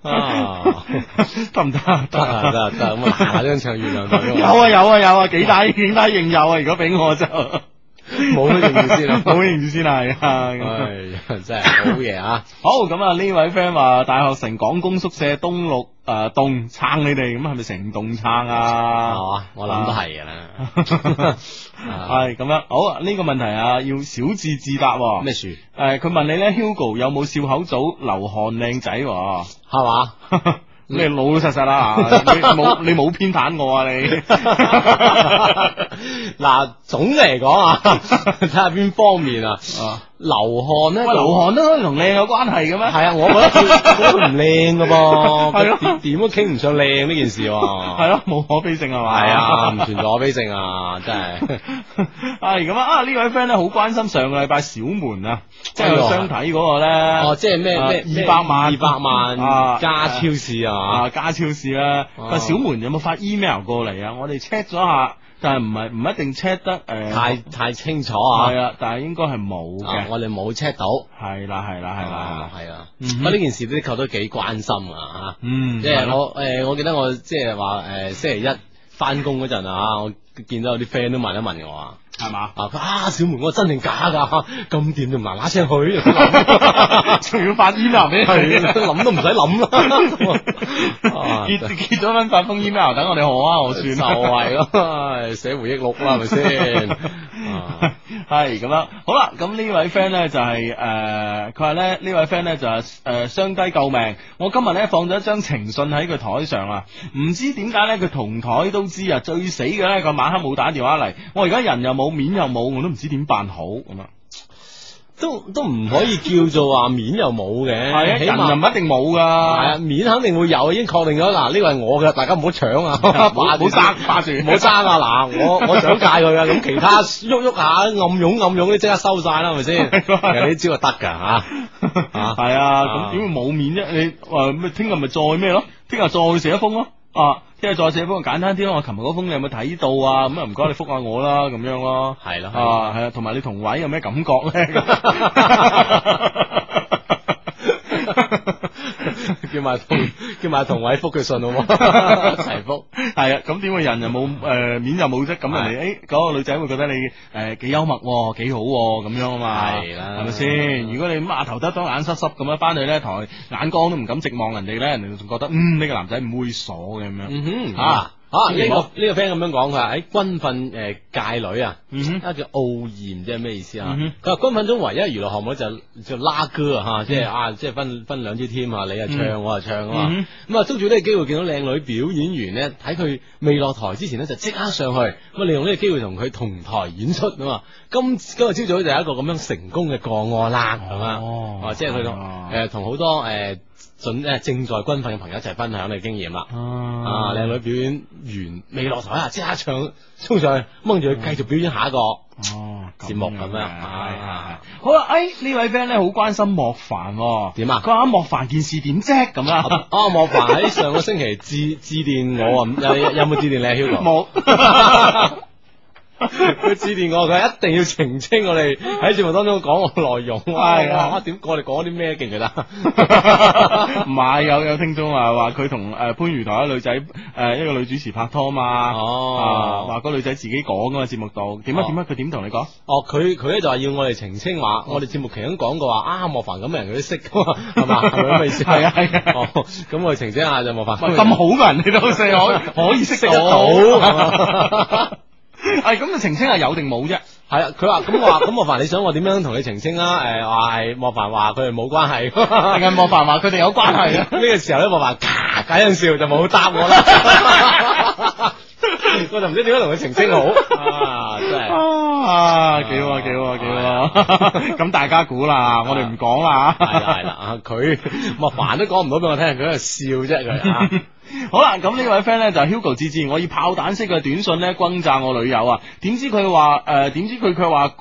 得唔得？得
啊得啊得啊咁啊嗱嗱聲唱月亮代表我
有啊有啊有啊，幾大幾大應有啊！如果俾我就冇
都認住先啊
冇認住先啊！係啊咁
唉，哎真係好嘢啊！
好咁啊！呢位 friend 話大學城港工宿舍東六誒棟撐你哋，咁係咪成棟撐啊？
係嘛哦我諗都係㗎
啦。 *laughs* 係咁樣，好啊呢個問題啊，要小智自答喎。
咩事？
誒，佢問你咧，Hugo 有冇笑口組流汗靚仔喎？
係
*laughs*
嘛？嗯
你老老實實啦，你
*laughs*
冇你冇偏袒我啊你。
嗱，總嚟講
*laughs*
啊，睇下邊方面啊，流汗咧，
喂流汗都同靚有關係嘅咩？
係啊，我覺得佢覺得唔靚噶噃，
*laughs* 係咯
點點都傾唔上靚呢件事喎。
係咯， *laughs* 冇可比性係嘛？
係啊，唔存在可比性啊，真係。
系 *laughs* 咁啊！啊呢位 friend 咧好關心上個禮拜小門啊，即係相睇嗰個咧。
哎哦即係咩咩咩
二百萬
二百萬
啊
加超市啊
啊加超市啦。
哦
但小門有冇發 email 過嚟啊？我哋 check 咗下，但係唔係唔一定 check 得诶。
太太清楚啊！
係啊，但係應該係冇
啊
嘅。
我哋冇 check 到。
係啦係啦係啦。
系啊，
嗯
不過呢件事都的確都幾關心啊吓，
嗯
即
係
係
咯
我诶，我記得我即係話诶星期一翻工嗰陣啊，我見到有啲 friend 都問一問我啊。
係嘛？
啊！佢啊，小梅，我真定假噶？ *laughs* 咁掂就 *laughs* 唔嗱嗱聲去，
*laughs*
*laughs*
仲要發 email 俾
係
佢
啊，諗都唔使諗
*laughs*
啦。啊
結結咗婚發封 email 等我哋好啊，我算
就
啦
係咯，寫回憶錄啦，係咪先？啊
*laughs* 系咁样，好啦，咁呢位 friend 咧就係诶，佢話咧呢位 friend 咧就係诶双低救命，我今日咧放咗一張情信喺佢台上啊，唔知點解咧佢同台都知啊，最死嘅咧佢晚黑冇打電話嚟，我而家人又冇面又冇，我都唔知點辦好咁啊，
都都唔可以叫做話面又冇嘅，
係啊，
起
人
碼
又唔一定冇
系啊，
噶，
面肯定會有，已經確定咗。嗱，呢個係我嘅，大家唔好搶啊，
*laughs* 唔好
霸住
唔好爭霸住
唔好爭啊！嗱，我我想戒佢啊，咁其他喐喐下，暗湧暗湧，你即刻收晒啦，係咪先？有呢招就得㗎吓，啊
係啊，咁點會冇面啫？你诶咩？聽日咪再咩咯？聽日再寫一封咯。啊，聽日再寫封簡單啲咯。我琴日嗰封你有冇睇到啊？咁啊唔該你覆下我啦，咁樣咯。
係咯係咯
啊係啊，同埋你同位有咩感覺咧？
*laughs* 叫埋同叫埋同位覆佢信好冇？一
*laughs*
齊覆。
係啊，咁點會人
*laughs*
又冇诶面又冇啫？咁人哋誒嗰個女仔會覺得你诶幾幽默喎，幾好喎咁樣啊嘛。
係啦
係咪先？如果你咁啊頭耷耷眼濕濕咁樣翻去咧，台眼光都唔敢直望人哋咧，人哋仲覺得嗯呢個男仔唔猥瑣嘅咁樣。
嗯哼，
啊
啊啊！呢
千祈
個
唔好
呢個 friend 咁樣講，佢話喺軍訓诶界女啊，
嗯
啊叫傲焰，即係咩意思啊
嗯？
佢話軍訓中唯一娛樂項目就就拉歌啊，吓，即係啊，即係分分兩支 team 啊，你啊唱，
嗯
我啊唱啊嘛
嗯。
咁啊，捉住呢個機會見到靚女表演完呢，睇佢未落台之前呢，就即刻上去，咁啊利用呢個機會同佢同台演出啊嘛。今今日朝早就有一個咁樣成功嘅個案啦，咁啊，
哦
啊即係佢同
哦
诶同好多诶准诶正在軍訓嘅朋友一齊分享你嘅經驗啦。啊，
啊
靓女表演完未落台啊，即刻唱冲上去，掹住佢繼續表演下一個
哦
節目咁樣。
係係
啊
好啦，哎呢位 friend 咧好關心莫凡喎，
點啊
佢話莫凡件事點啫咁啊？
啊，莫凡喺上個星期致 *laughs* 致電我啊，有有有冇致電你啊，Hugo？
冇， *laughs*
佢致電我，佢一定要澄清我哋喺節目當中講嘅
*laughs*
內容。
係啊
哇，點我哋講啲咩記唔
*laughs*
記得？
唔係有有聽眾話話佢同誒番禺台嘅女仔誒一個女主持拍拖嘛，
哦
啊話個女仔自己講噶嘛節目度，點啊點啊佢點同你講？
哦，佢佢咧就話要我哋澄清話，
嗯
我哋節目期間講過話啊，莫凡咁嘅人佢都識噶
*laughs*
嘛，係嘛？係咪咁嘅意思？
係啊係啊
哦，咁我哋澄清下就莫凡
喂咁好嘅人你都
*laughs*
識可可以識得到， *laughs* 係咁就澄清下有定冇啫。
系啊，佢话咁我话咁莫凡，你想我点样同你澄清啦？诶、话係莫凡话佢哋冇关系，
定係莫凡話佢哋有關係啊？
*laughs* 呢个时候咧，莫凡咔解阵笑就冇答我
*laughs*
啦，我就唔知点樣同佢澄清好啊！真系
啊，幾好啊，幾好啊，幾好啊！咁大家估啦，我哋唔講啦。
系啦系啦，啊佢莫凡都讲唔到俾我听，佢喺度笑啫佢啊，
好啦，咁呢位 friend 咧就 Hugo 志志，我以炮彈式嘅短信咧轟炸我女友啊，點知佢話誒，呃點、知佢佢話誒，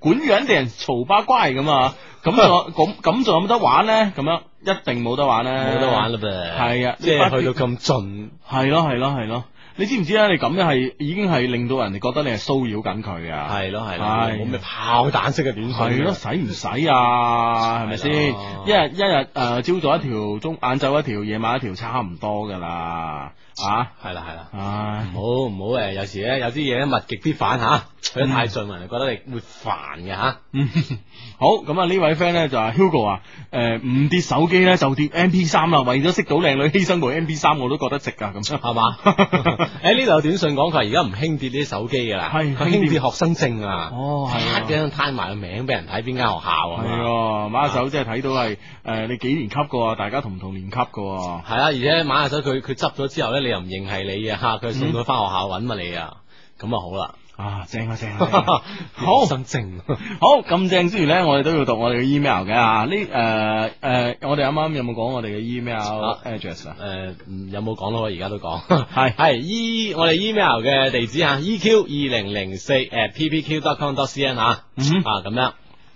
管樣啲人嘈巴乖咁啊，咁仲咁咁仲有冇得玩咧？咁樣一定冇得玩咧，
冇得玩嘞噃
係啊，
即係去到
咁盡，係咯係咯係咯。你知唔知咧？你咁樣係已經係令到人哋覺得你係騷擾緊佢啊！係咯係
咯冇咩
炮彈式嘅短
信
係咯，使唔使啊？係咪先？一日一日誒，朝早一條，中晏晝一條，夜晚一條，差唔多噶啦。啊，
係啦係啦，
唉，
唔好唔好誒，有時咧有啲嘢咧物極必反吓，去得太盡，人哋覺得你會煩嘅吓。
嗯， *laughs* 好咁啊！呢位 friend 咧就話 Hugo 啊，誒、唔跌手機咧就跌 M P 三啦，為咗識到靚女犧牲部 M P 三我都覺得值啊！咁係 *laughs*
嘛？誒呢度有短信講佢話而家唔興跌啲手機㗎啦，
係
佢興跌學生證啊。
哦，
係一張攤埋個名俾人睇邊間學校啊。
係喎，馬下手真係睇到係誒、你幾年級噶？大家同唔同年級噶？
係啊，而且馬下手佢佢執咗之後咧，你又唔認係你嘅嚇，佢送咗翻學校揾嘛你啊，咁啊好啦。
啊，正啊正啊， *laughs* 好
生正，
好咁正之餘咧，我哋都要讀我哋嘅 email 嘅啊。呢誒誒，我哋啱啱有冇講我哋嘅 email address 啊？
誒、呃嗯有冇講咯？而家都講，係 *laughs* 係 E 我哋 email 嘅地址嚇，EQ 二零零四 at ppq.com.cn 嚇，啊
嗯
咁樣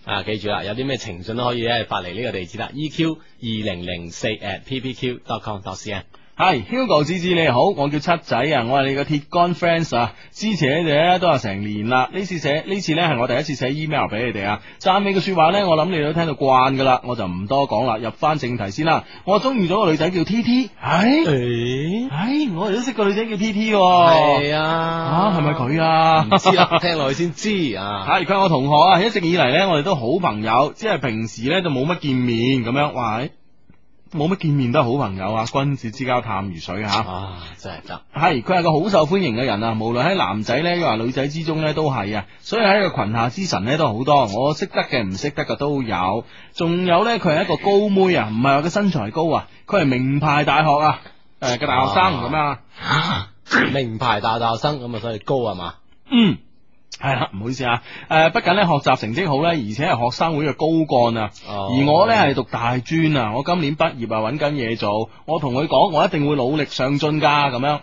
啊，記住啦，有啲咩情信都可以咧發嚟呢個地址啦，EQ 二零零四 at ppq.com.cn。
系 Hugo 芝芝你好，我叫七仔啊，我系你嘅鐵杆 fans 啊，支持你哋咧都有成年啦，呢次寫呢次咧係我第一次寫 email 俾你哋啊，讚美嘅说話咧我諗你哋都聽到慣噶啦，我就唔多講啦，入翻正題先啦，我中意咗個女仔叫 T T，係係我哋都識個女仔叫 T T 喎，
係啊，
啊係咪佢啊？
唔知啊，聽落去先知啊。
*laughs* 係佢係我同學啊，一直以嚟咧我哋都好朋友，即係平時咧就冇乜見面咁樣，哇！哎冇乜見面都係好朋友啊，君子之交淡如水吓、
啊，真係得。
係，佢係個好受歡迎嘅人啊，無論喺男仔呢，抑或女仔之中呢，都係啊，所以喺個群下之神呢，都好多，我識得嘅唔識得嘅都有，仲有呢，佢係一個高妹啊，唔係話佢身材高啊，佢係名牌大學啊，誒、嘅大學生咁啊，
名牌大大學生咁啊，所以高係嘛？
嗯。係啦，唔好意思啊，誒、不僅咧學習成績好咧，而且係學生會嘅高幹啊。
哦
而我咧係讀大專啊，我今年畢業啊，揾緊嘢做。我同佢講，我一定會努力上進㗎，咁樣。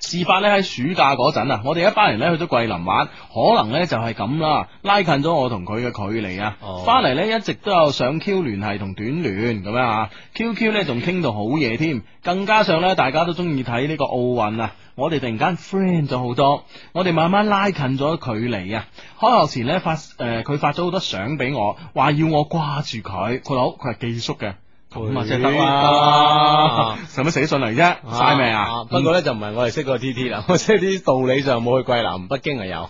事發咧喺暑假嗰陣啊，我哋一班人咧去咗桂林玩，可能咧就係咁啦，拉近咗我同佢嘅距離啊。翻嚟咧一直都有上 Q 聯繫同短聯咁樣啊，QQ 咧仲傾到好夜添，更加上咧大家都中意睇呢個奧運啊。我哋突然間 friend 咗好多，我哋慢慢拉近咗距離啊。開學前咧發誒佢、發咗好多相俾我，話要我掛住佢，佢好佢係寄宿嘅。咁啊，即係得啦，使乜寫信嚟啫？嘥命啊！
不過咧就唔係我哋識個 T T 啦，我識啲道理上冇去桂林、北京啊有。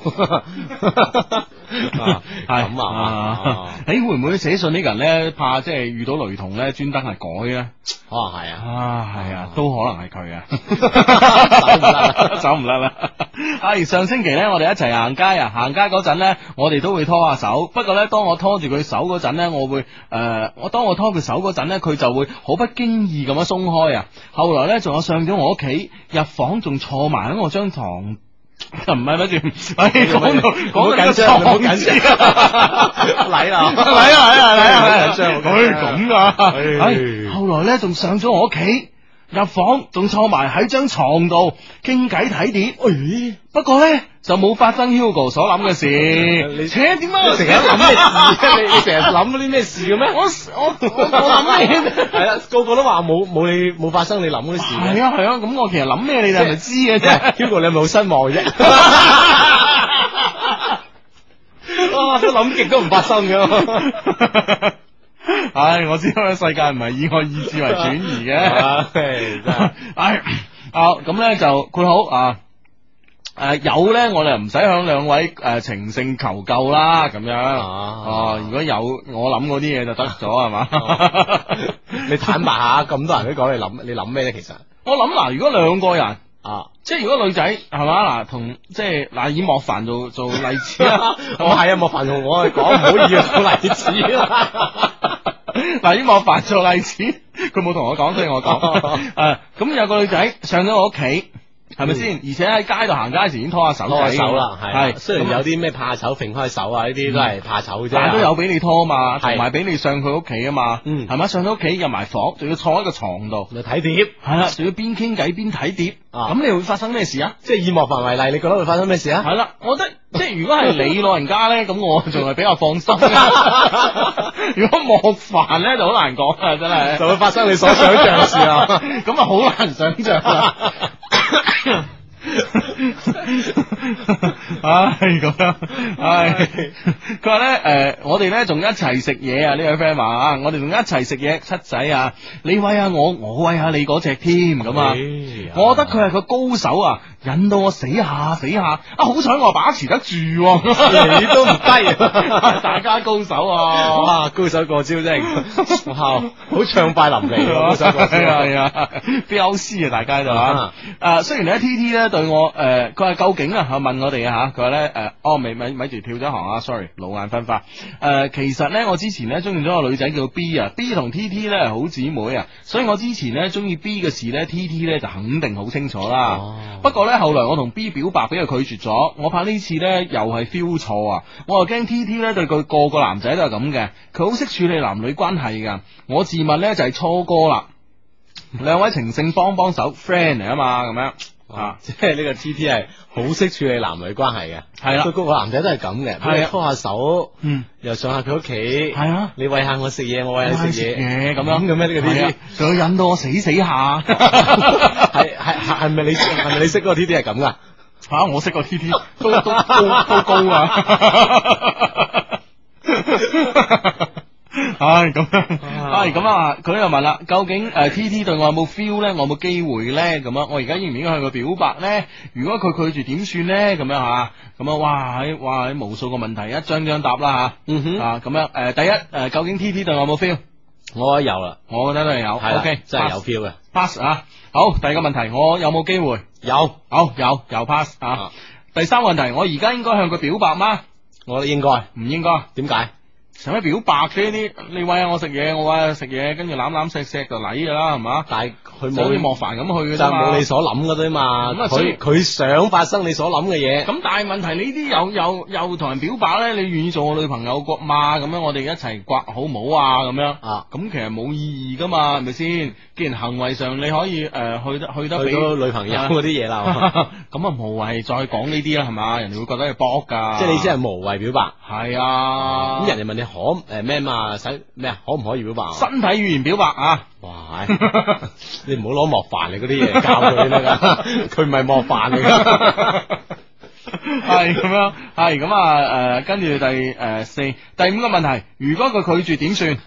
係咁啊！誒，會唔會寫信呢個人咧，怕即係遇到雷同咧，專登係改咧？
可能係啊，
啊係啊，都可能係佢啊， *laughs*
走
唔甩啦。係上星期咧，我哋一齊行街啊，行街嗰陣咧，我哋都會拖下手。不過咧，當我拖住佢手嗰陣咧，我會誒、呃我當我拖佢手嗰陣咧，佢就會好不經意咁樣鬆開啊。後來咧，仲有上咗我屋企，入房仲坐埋喺我張床。唔係咪住，唉哎講到
唔好
講到
緊張唔好緊張
張，
嚟啦
嚟啦嚟啦嚟啦，
緊張好緊張
唉咁噶，
唉
唉哎後來咧仲上咗我屋企，入房仲坐埋喺張床度傾偈睇碟。不過咧就冇發生 Hugo 所諗嘅事。扯點解我
你成日諗咩事啊你你成日諗
啲咩事嘅咩？我我
*laughs*
我我諗咩？
係啊啦，個個都話冇冇你冇發生你諗嗰啲事嘅。
係啊係啊，咁我其實諗咩你哋係咪知嘅啫
？Hugo 你係咪好失望啫？
*laughs*
*laughs* 啊，都諗極都唔發生嘅。
*laughs* 唉，我知道呢世界唔係以我意志為轉
*laughs*
移嘅。唉，啊咁咧就佢好啊。誒、呃有咧，我哋唔使向兩位誒、呃情聖求救
啊
啦，咁樣哦、如果有我諗嗰啲嘢就得咗係
*laughs*
嘛？
哦你坦白下，咁多人都講你諗，你諗咩咧？其實
我諗嗱，如果兩個人
啊，，
即係如果女仔係嘛嗱，同即係嗱以莫凡做做例子啦
*laughs* 我係啊，莫凡同我係講唔好以做例子啦。
*laughs* 嗱，以莫
*laughs*
凡啊做例子，佢冇同我講，所以我講。誒、咁有個女仔上咗我屋企，係咪先？而且喺街度行街嗰時已經拖下手仔
嗯拖下
㗎啦，
手啦，係啊。
係。
雖然有啲咩怕醜、揈開手啊，呢啲都係怕醜啫。
但都有俾你拖
係
嘛，
嗯
同埋俾你上佢屋企啊嘛，係咪上佢屋企入埋房，仲要坐喺個床度，
咪睇碟，
係啦，仲要邊傾偈邊睇碟，咁你會發生咩事啊？
即係以莫凡為例，你覺得會發生咩事啊？
係啦，我
*laughs*
覺得即係如果係你老人家咧，咁我仲係比較放心嘅。
*laughs*
如果莫凡咧就好難講啊，真係
就會發生你所想像嘅事啊
*laughs* 咁啊好難想像啊啦。
*laughs* 啊
唉，咁樣，唉，佢話咧，诶、我哋咧仲一齊食嘢啊！呢位 friend 話啊，我哋仲一齊食嘢，七仔啊，你喂下我，我喂下你嗰只添咁啊！
哎
我覺得佢係個高手啊，引到我死下死下，啊好彩我把持得住、喎，
你都唔低
*laughs* 大家高手啊！
哇，高手過招真係，哇，好暢快淋漓
*laughs*
啊，高手過招
係啊係啊， *laughs* 飆絲啊，大家喺度啊
啊！
誒，雖然咧 T T 咧對我誒，佢話究竟啊，佢問我哋啊嚇，佢話咧誒，哦，咪咪咪住跳咗行啊，sorry，老眼昏花。誒，其實咧，我之前咧中意咗個女仔叫 B 啊，B 同 T T 咧係好姊妹啊，所以我之前咧中意 B 嘅事咧，T T 咧就肯定好清楚啦。不過咧，後來我同 B 表白俾佢拒絕咗，我怕呢次咧又係 feel 錯啊！我又驚 T T 咧對佢個個男仔都係咁嘅，佢好識處理男女關係㗎。我自問咧就係初哥啦。 *laughs* 兩位情聖幫幫手，friend 嚟啊嘛，咁樣
嗯
啊，
即係呢個 T T 係好識處理男女關係嘅，
係啦
佢個個男仔都係咁嘅，
係啊
俾你拖下手，
嗯，
又上下佢屋企，
係啊，
你喂下我食嘢，我喂下你食
嘢
嘢，
咁樣啊
咁嘅咩呢個 T
係啊
T？
仲要引到我死
*laughs*
死下，
係係係係咪你係咪你識嗰個 T T 係咁噶？
吓我識個 T T 都都 *laughs* 高都高啊！ *laughs* 唉，咁樣，唉，咁啊，佢又問啦，究竟诶 T T 對我有冇 feel 咧？我有冇機會咧？咁樣，我而家應唔應該向佢表白咧？如果佢拒絕點算咧？咁樣吓，咁啊，哇，喺哇喺無數個問題一張張答啦吓，
嗯哼
啊，咁樣诶，誒第一诶，誒究竟 T T 對我有冇 feel？
我有啦，
我覺得都係有
係啦
，OK，
真係
pass
有 feel 嘅。
pass 啊。好，第二個問題，我有冇機會？
有，
好，有，有 pass 啊。第三個問題，我而家應該向佢表白嗎？
我應該，
唔應該？
點解？
使乜表白啫？呢啲你喂下我食嘢，我喂啊下食嘢，跟住攬攬錫錫就嚟噶啦，係嘛？
但係佢
就好似
冇
莫凡咁去嘅
就
啫嘛
冇你所諗嗰啲嘛，
咁啊所以
佢佢想發生你所諗嘅嘢，啊
咁但係問題，你啲有有有同人表白咧，你願意做我女朋友國嘛？咁樣我哋一齊刮好唔好啊？咁樣
啊，
咁其實冇意義噶嘛，係咪先？既然行為上你可以诶、呃去得去得
去
俾
到女朋友嗰啲嘢
*laughs*
啦，
咁啊無謂再講呢啲啦，係嘛？人哋會覺得你搏㗎。
即係你先係無謂表白。
係啊，
咁人哋問你可誒咩嘛？使咩啊？可唔可以表白啊？
身體語言表白啊， *laughs*
哇！唉你唔好攞莫凡嚟嗰啲嘢教佢啦，
*laughs*
佢唔係莫凡嚟噶。
係咁樣，係咁啊诶，誒跟住第诶、四、第五個問題，如果佢拒絕點算？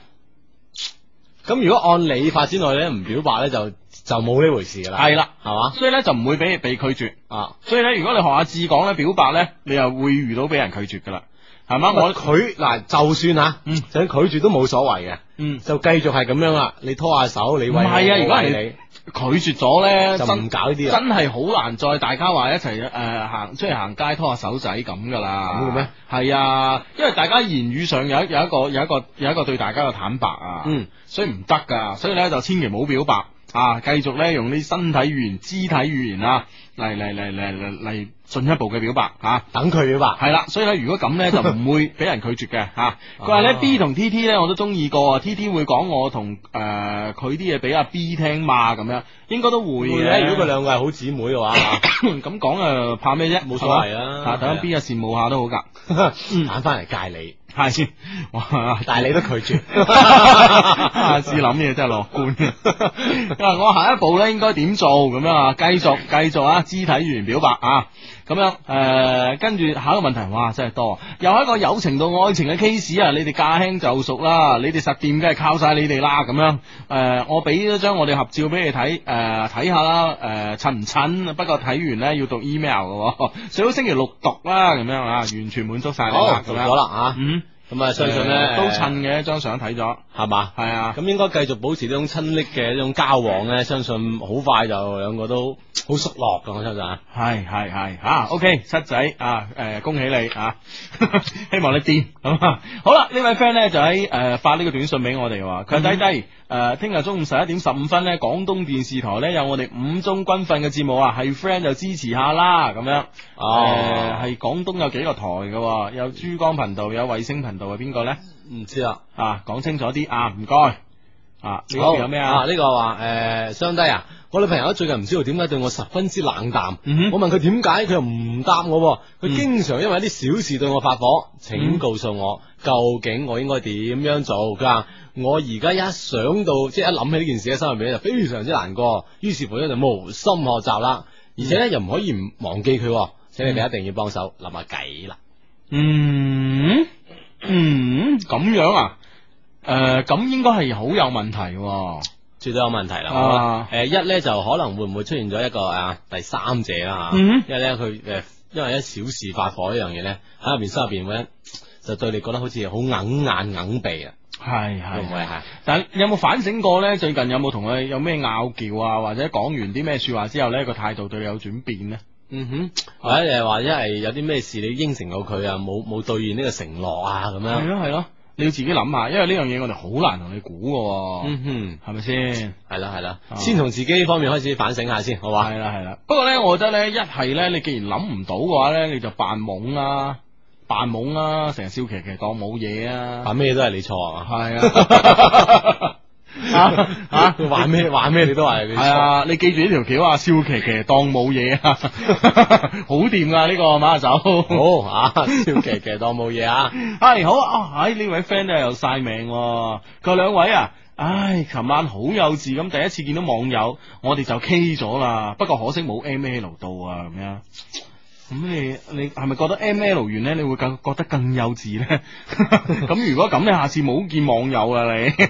咁如果按你發展落去咧，唔表白咧就就冇呢回事噶啦。
係啦，
係嘛？
所以咧就唔會俾被拒絕。
啊，
所以咧，如果你學阿志講咧表白咧，你又會遇到俾人拒絕噶啦，係嘛？我
啊佢嗱就算啊，
嗯
就算拒絕都冇所謂嘅，
嗯
就繼續係咁樣啦。你拖下手，你
唔
喂我
係啊，如果
我喂
係拒絕咗
你
咧，
就唔
真
搞呢啲啦。
真係好難再大家話一齊诶、誒行出去行街拖下手仔咁噶啦。
咁嘅咩？
係啊，因為大家言語上有一有一個有一個有一個對大家嘅坦白啊，
嗯，
所以唔得噶，所以咧就千祈唔好表白。啊，繼續咧用啲身體語言、肢體語言啊，嚟嚟嚟嚟嚟嚟進一步嘅表白啊！
等佢表白。
系啦，所以咧，如果咁咧，就唔會俾人拒絕嘅
*laughs*
吓。佢話咧
哦
B 同 T T 咧，我都中意過啊。T T 會講我同诶佢啲嘢俾阿 B 聽嘛，咁樣應該都會
會咧，
嘅。
如果佢兩個係好姊妹嘅話，
*coughs* 咁講诶，怕咩啫？
冇所謂啊
係嘛啊，等
係啊
B 啊羨慕下都好
*laughs*
噶。
揀翻嚟戒你，
係先，
*laughs*
哇！啊
但係你都拒絕。*laughs*
*laughs* 阿志諗嘢真係樂觀。佢話我下一步咧應該點做咁樣啊？繼續繼續啊，肢體語言表白啊，咁樣誒，跟、住下一個問題，哇，真係多，又係一個友情到愛情嘅 case 啊！你哋駕輕就熟啦，你哋實掂梗係靠晒你哋啦，咁樣誒、我俾咗張我哋合照俾你睇，誒、睇下啦，誒、襯唔襯？不過睇完咧要讀 email 嘅喎，最好星期六讀啦，咁樣啊，完全滿足晒你
好
啦，
做
咁
咗
樣。
啦啊，
嗯，
咁啊相信咧
誒都襯嘅，張相睇咗。
係嘛，
系啊，
咁應該繼續保持呢種親昵嘅呢種交往咧，相信好快就兩個都好熟落噶，我相信啊。
系系系吓，OK，七仔啊，诶、恭喜你啊， *laughs* 希望你掂咁啊。好啦，呢位 friend 咧就喺诶、呃發呢個短信俾我哋話，
嗯
佢話低低诶，聽日、中午十一點十五分咧，廣東電視台咧有我哋五中軍訓嘅節目啊，係 friend 就支持下啦，咁樣。
哦
呃係廣東有幾個台嘅喎，有珠江頻道，有衛星頻道，係邊個咧？
唔知啦。
啊，講清楚啲啊，唔該。啊，呢
好
個有咩
啊？
啊？
呢個話诶，相低啊，我女朋友最近唔知道點解對我十分之冷淡。
嗯
我問佢點解，佢又唔答我喎。佢經常因為一啲小事對我發火，請告訴我
嗯
究竟我應該點樣做？佢話我而家一想到即係一諗起呢件事喺心入面咧，就非常之難過。於是乎咧就無心學習啦，而且咧
嗯
又唔可以唔忘記佢喎。請你哋一定要幫手諗下計啦。
嗯嗯，咁样啊？诶、咁应该系好有问题、喎。
絕對有問題啦。
啊
我覺得誒一咧就可能會唔會出現咗一個啊第三者啦嚇，
嗯
因為咧佢誒因為一小事發火呢樣嘢咧喺入邊心入邊會一就對你覺得好似好硬眼硬鼻啊，
系系
會唔會係？
但有冇反省過呢？最近有冇同佢有咩拗撬啊？或者講完啲咩说話之後呢，個態度對你有轉變呢？
嗯哼，或者誒或者係有啲咩事你應承過佢啊，冇冇兑現呢個承諾啊咁
係
樣。
咯係咯，你要自己諗下，因為呢樣嘢我哋好難同你估噶、
嗯
係咪先？
哼，係啦係啦，
啊
先從自己方面開始反省下先，好嘛？
係啦係啦，不過呢，我覺得呢，一係呢，你既然諗唔到嘅話呢，你就扮懵啦、扮懵啦、成日笑騎騎當冇嘢啊！
話咩都係你錯啊嘛，*laughs*
係啊。啊啊！
話咩話咩你都話係你錯
系啊！你記住呢條橋啊，笑騎騎當冇嘢啊， *laughs* 好掂噶呢個馬手。
好啊，笑騎騎當冇嘢啊。
系好啊！唉、呢位 friend 都有晒命、喎。佢話兩位啊，唉，琴晚好幼稚咁，第一次見到網友，我哋就 K 咗啦。不過可惜冇 M L 到啊，咁樣。咁你你係咪覺得 M L 完咧，你會更覺得更幼稚咧？ *laughs* 咁如果咁，你下次冇見網友啦，你
肯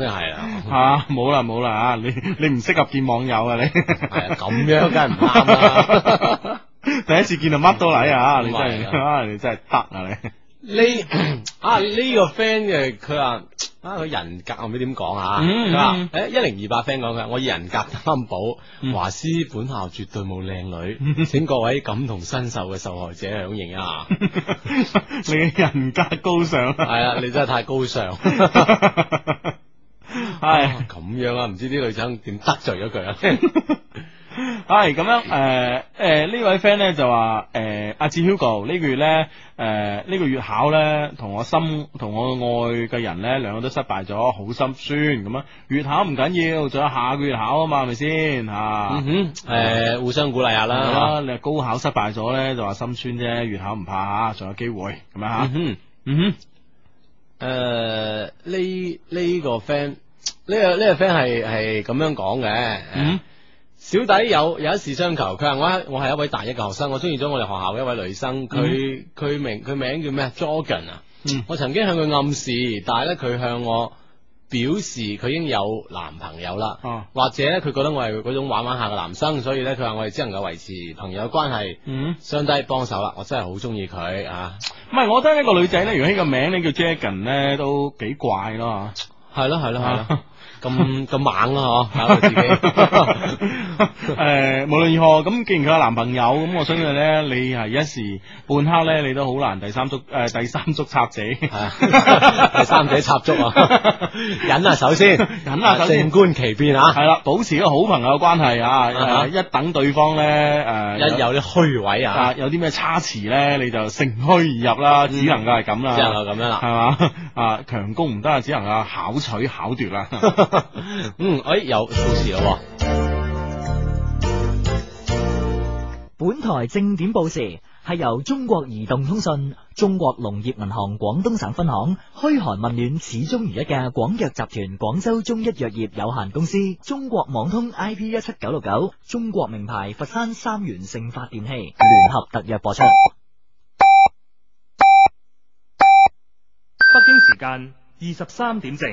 定係啦。
*laughs* 啊冇啦冇啦啊！你你唔適合見網友啊，你
係啊，咁樣梗係唔啱啦。
*laughs* 第一次見就乜都嚟啊！你真
咁
係
係
*laughs* 啊，你真係得啊你。
呢 *coughs* 啊呢個 friend 嘅佢話啊佢人格我唔知點講啊，
嗯
佢話
嗯
誒一零二八 friend 講佢話我以人格擔保，華師本校絕對冇靚
嗯
女，請各位感同身受嘅受害者響應啊！
*laughs* 你嘅人格高尚，
係啊，你真係太高
*laughs*
尚，
系
咁樣啊，唔知啲女仔點得罪咗
*laughs*
佢啊？ *laughs*
系咁样诶诶呢位 friend 咧就话诶阿志 Hugo 呢個月咧诶呢個月考咧同我心同我愛嘅人咧兩個都失敗咗，好心酸咁啊！月考唔緊要，仲有下個月考啊嘛，係咪先吓啊
嗯？哼，誒互相鼓勵下
係
啦，，
你話高考失敗咗咧就話心酸啫，月考唔怕，啊仲有機會咁樣吓
嗯。哼。
嗯
诶，呃呢呢個 friend 呢個呢個 friend 係係咁樣講嘅。呃
嗯
小弟有有一事相求，佢話我係我係一位大一嘅學生，我中意咗我哋學校嘅一位女生，佢佢名佢名叫咩啊？Jordan 啊，
嗯
我曾經向佢暗示，但係咧佢向我表示佢已經有男朋友啦，
哦
或者咧佢覺得我係嗰種玩玩下嘅男生，所以咧佢話我哋只能夠維持朋友關係，
嗯。
相低幫手啦，我真係好中意佢啊！
唔係，我覺得呢個女仔咧，如果呢個名咧叫 Jagan 咧，都幾怪咯
係咯係咯係咯
啊，
咁咁猛咯嗬，搞到自
*laughs*
己。
誒、無論如何，咁既然佢有男朋友，咁我相信咧，你係一時半刻咧，你都好難第三足誒、第三足插子，
啊第三者插足
*laughs*
啊， *laughs* 忍下手先，
忍下手
靜
先
觀其變啊，
係啦，保持一個好朋友關係啊！誒、
啊哈
一等對方咧誒、
一有啲虛位
啊
啊，嗯
有啲咩差池咧，你就乘虛而入啦，只能夠係咁啦，
只能夠咁樣啦
係嘛？啊，強攻唔得啊，只能夠巧取巧奪啦。
*laughs* 嗯，哎，有故事咯
本台正點報時係由中國移動通信、中國農業銀行廣東省分行、噓寒問暖始終如一嘅廣藥集團廣州中一藥業有限公司、中國網通 I P 一七九六九、中國名牌佛山三元盛發電器聯合特約播出。
北京時間二十三點正。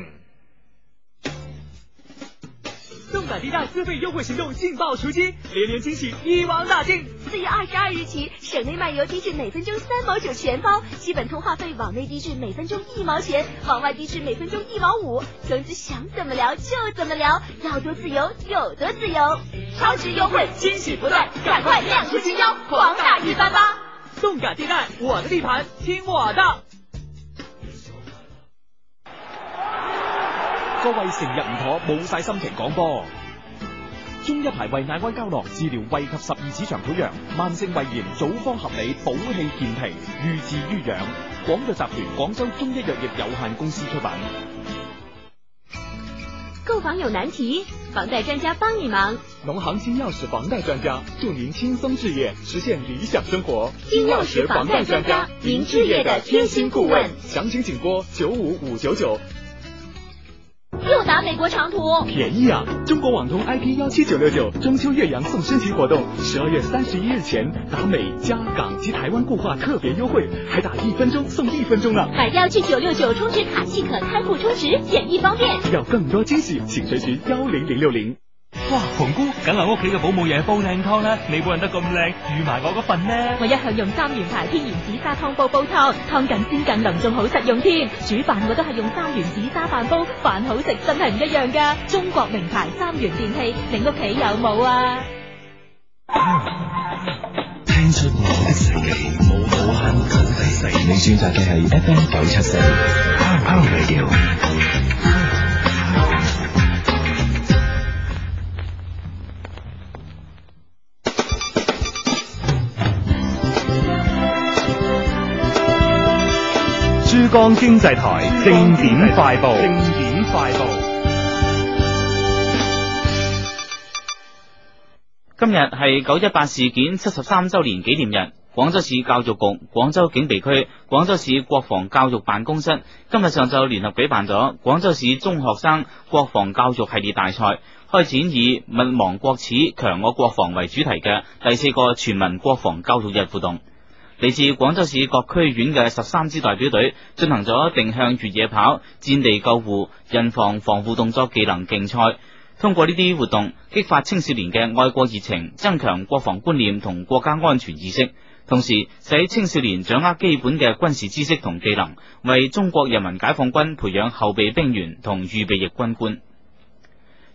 中国
马迪娜自费优惠行动劲爆除击，连连惊喜，一网打尽。
四月二十二日起，省内漫游低至每分钟三毛九全包，基本通话费往内低至每分钟一毛钱，往外低至每分钟一毛五。总之想怎么聊就怎么聊，要多自由有多自由，超值优惠，惊喜不断，赶快亮出金腰，狂打一番吧！
动感地带，我的地盘，听我的。
各位成日唔妥，冇晒心情講波。中一排胃乃安膠囊治療胃及十二指腸潰瘍、慢性胃炎，組方合理，補氣健脾，寓治於養。廣藥集團廣州中醫藥業有限公司出品。
购房有难题，房贷专家帮你忙。
农行金钥匙房贷专家，祝您轻松置业，实现理想生活。
金钥匙房贷专家您置业的贴心顾问
详情请拨九五五九九。
又打美国长途，
便宜啊！中国网通 IP 幺七九六九中秋岳阳送升级活动，十二月三十一日前打美、加、港及台湾固话特别优惠，还打一分钟送一分钟呢！
买掉去九六九充值卡即可开户充值，简易方便。
要更多惊喜，请垂询幺零零六零。
哇，紅姑，梗係屋企嘅保姆嘢煲靚湯啦，你煲人得咁靚，預埋我嗰份呢。
我一向用三元牌天然紫砂湯煲煲湯，湯更鮮更腍，仲好實用添。煮飯我都係用三元紫砂飯煲，飯好食真係唔一樣噶。中國名牌三元電器，你屋企有冇啊？
听出我的世纪，冇無限高低四。你選擇嘅係 FM 九七四 Power Power Radio。
珠江經濟台正點快報。
正點快報。
今日係九一八事件七十三周年紀念日，廣州市教育局、廣州警備區、廣州市國防教育辦公室今日上晝聯合舉辦咗廣州市中學生國防教育系列大賽，開展以勿忘國恥、強我國防為主題嘅第四個全民國防教育日活動。嚟自廣州市各區縣嘅十三支代表隊進行咗定向越野跑、戰地救護、人防防護動作技能競賽。通過呢啲活動，激發青少年嘅愛國熱情，增強國防觀念同國家安全意識，同時使青少年掌握基本嘅軍事知識同技能，為中國人民解放軍培養後備兵員同預備役軍官。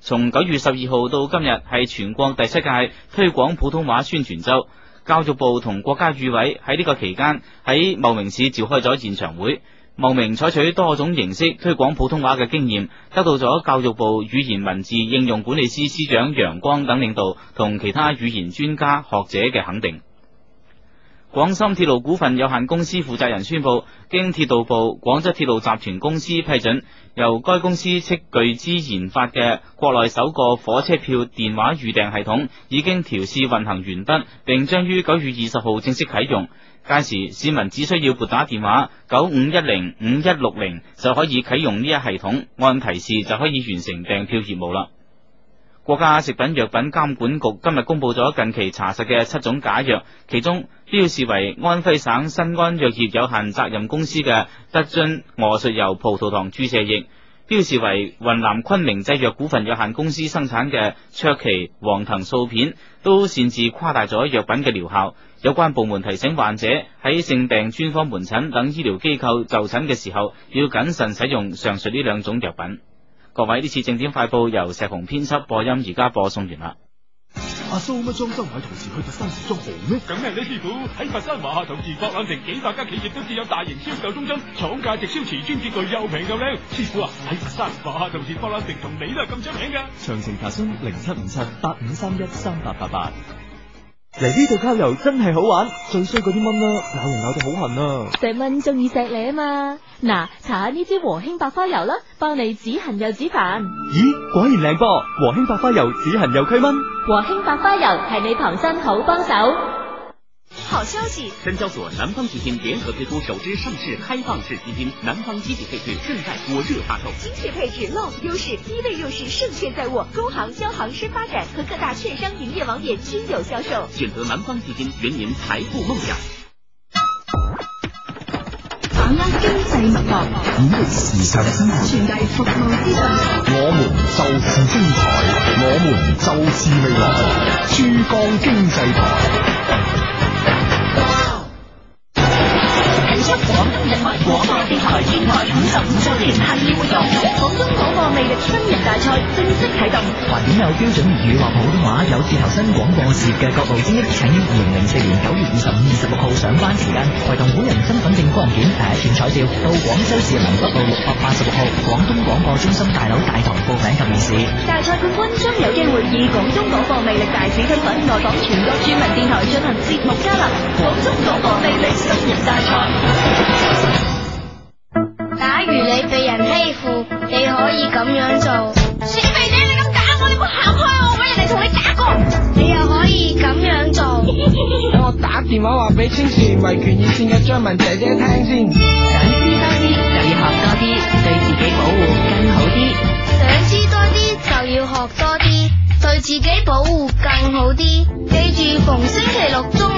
從九月十二號到今日係全國第七屆推廣普通話宣傳周。教育部同國家預委喺呢個期間喺茂名市召開咗現場會，茂名採取多種形式推廣普通話嘅經驗，得到咗教育部語言文字應用管理司司長楊光等領導同其他語言專家學者嘅肯定。廣深鐵路股份有限公司負責人宣布，經鐵道部、廣州鐵路集團公司批准，由該公司斥巨資研發嘅國內首個火車票電話預訂系統已經調試運行完畢，並將於九月二十號正式啟用。屆時市民只需要撥打電話九五一零五一六零就可以啟用呢一系統，按提示就可以完成訂票業務啦。國家食品藥品監管局今日公布咗近期查實嘅七種假藥，其中標示為安徽省新安藥業有限責任公司嘅德津鵝術油葡萄糖注射液，標示為雲南昆明製藥股份有限公司生產嘅卓奇黃藤素片，都擅自誇大咗藥品嘅療效。有關部門提醒患者喺性病專科門診等醫療機構就診嘅時候，要謹慎使用上述呢兩種藥品。各位，呢次正點快報由石紅編輯播音，而家播送完啦。
阿蘇乜裝修買同時去佛山時裝好咩？
梗係呢師傅喺佛山華夏同時博覽城幾百家企業都設有大型銷售中心，廠價直銷持專結具又平又靚。師傅啊，喺佛山華夏同時博覽城同你都係咁出名㗎。
詳情查詢零七五七八五三一三八八八。
嚟呢度郊遊真係好玩，最衰嗰啲蚊啦，咬人咬到好痕啊！
石蚊中意錫你啊嘛，嗱，搽下呢支和興百花油啦，幫你止痕又止煩。
咦，果然靚噃，和興百花油止痕又驅蚊。
和興百花油係你旁身好幫手。
好消息！
深交所南方基金联合推出首支上市开放式基金，南方积极配置正在火热发售。
精确配置 long 优势，低位入市胜券在握，工行、交行深发展和各大券商营业网点均有销售。
选择南方基金，圆您财富梦想。
啊
把握經濟脈搏，
演繹時尚新聞，
傳遞服務資訊。
我們就是精彩，我們就是未來，珠江經濟台。
慶祝廣東人民廣播電台建台五十五周年系列活動，
廣東廣播魅力新人大賽正式啟動，
華點有標準粵語或普通話有志投身廣播事業嘅各路精英，請於二零零四年九月二十五、二十六號上班時間，為同本人身份證光件第一寸彩照，到廣州市民北路六百八十六號廣東廣播中心大樓大堂報名及面試。
大賽冠軍將有機會以廣東廣播魅力大使身份外訪全國著名電台進行節目交流。廣東廣播魅力新人大賽。
假如你被人欺負，你可以咁樣做。死肥仔，你咁打我，你唔好行開我，搵人嚟同你打過。你又可以咁樣做。
我打電話話俾青少年維權熱線嘅張文姐姐聽先。想知多啲就要學多啲，對自己保護更好啲。
想知多啲就要學多啲，對自己保護更好啲。記住逢星期六中午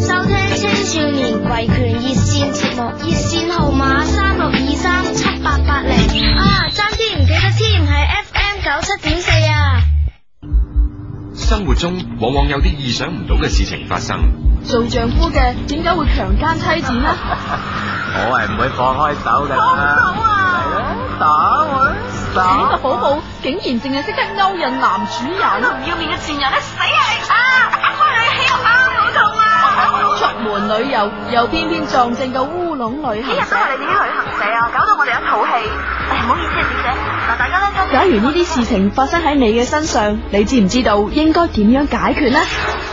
收聽青少年維權熱線節目，熱線號碼三六二三七八八零。啊，爭啲唔記得添，係 FM 九七點四啊。
生活中往往有啲意想唔到嘅事情發生。
做丈夫嘅點解會強姦妻子呢？
我係唔會放開手㗎。
*laughs*
打我啦！呢個寶寶竟然淨係識得勾引男主人，
唔要面嘅賤人，死你！啊，打開你起個包好痛啊！
出門旅遊又偏偏撞正個烏龍旅行社。
哋啲旅行社啊，搞到我哋一肚氣。誒，唔好意思啊，小姐，嗱，大家咧
假如呢啲事情發生喺你嘅身上，你知唔知道應該點樣解決呢？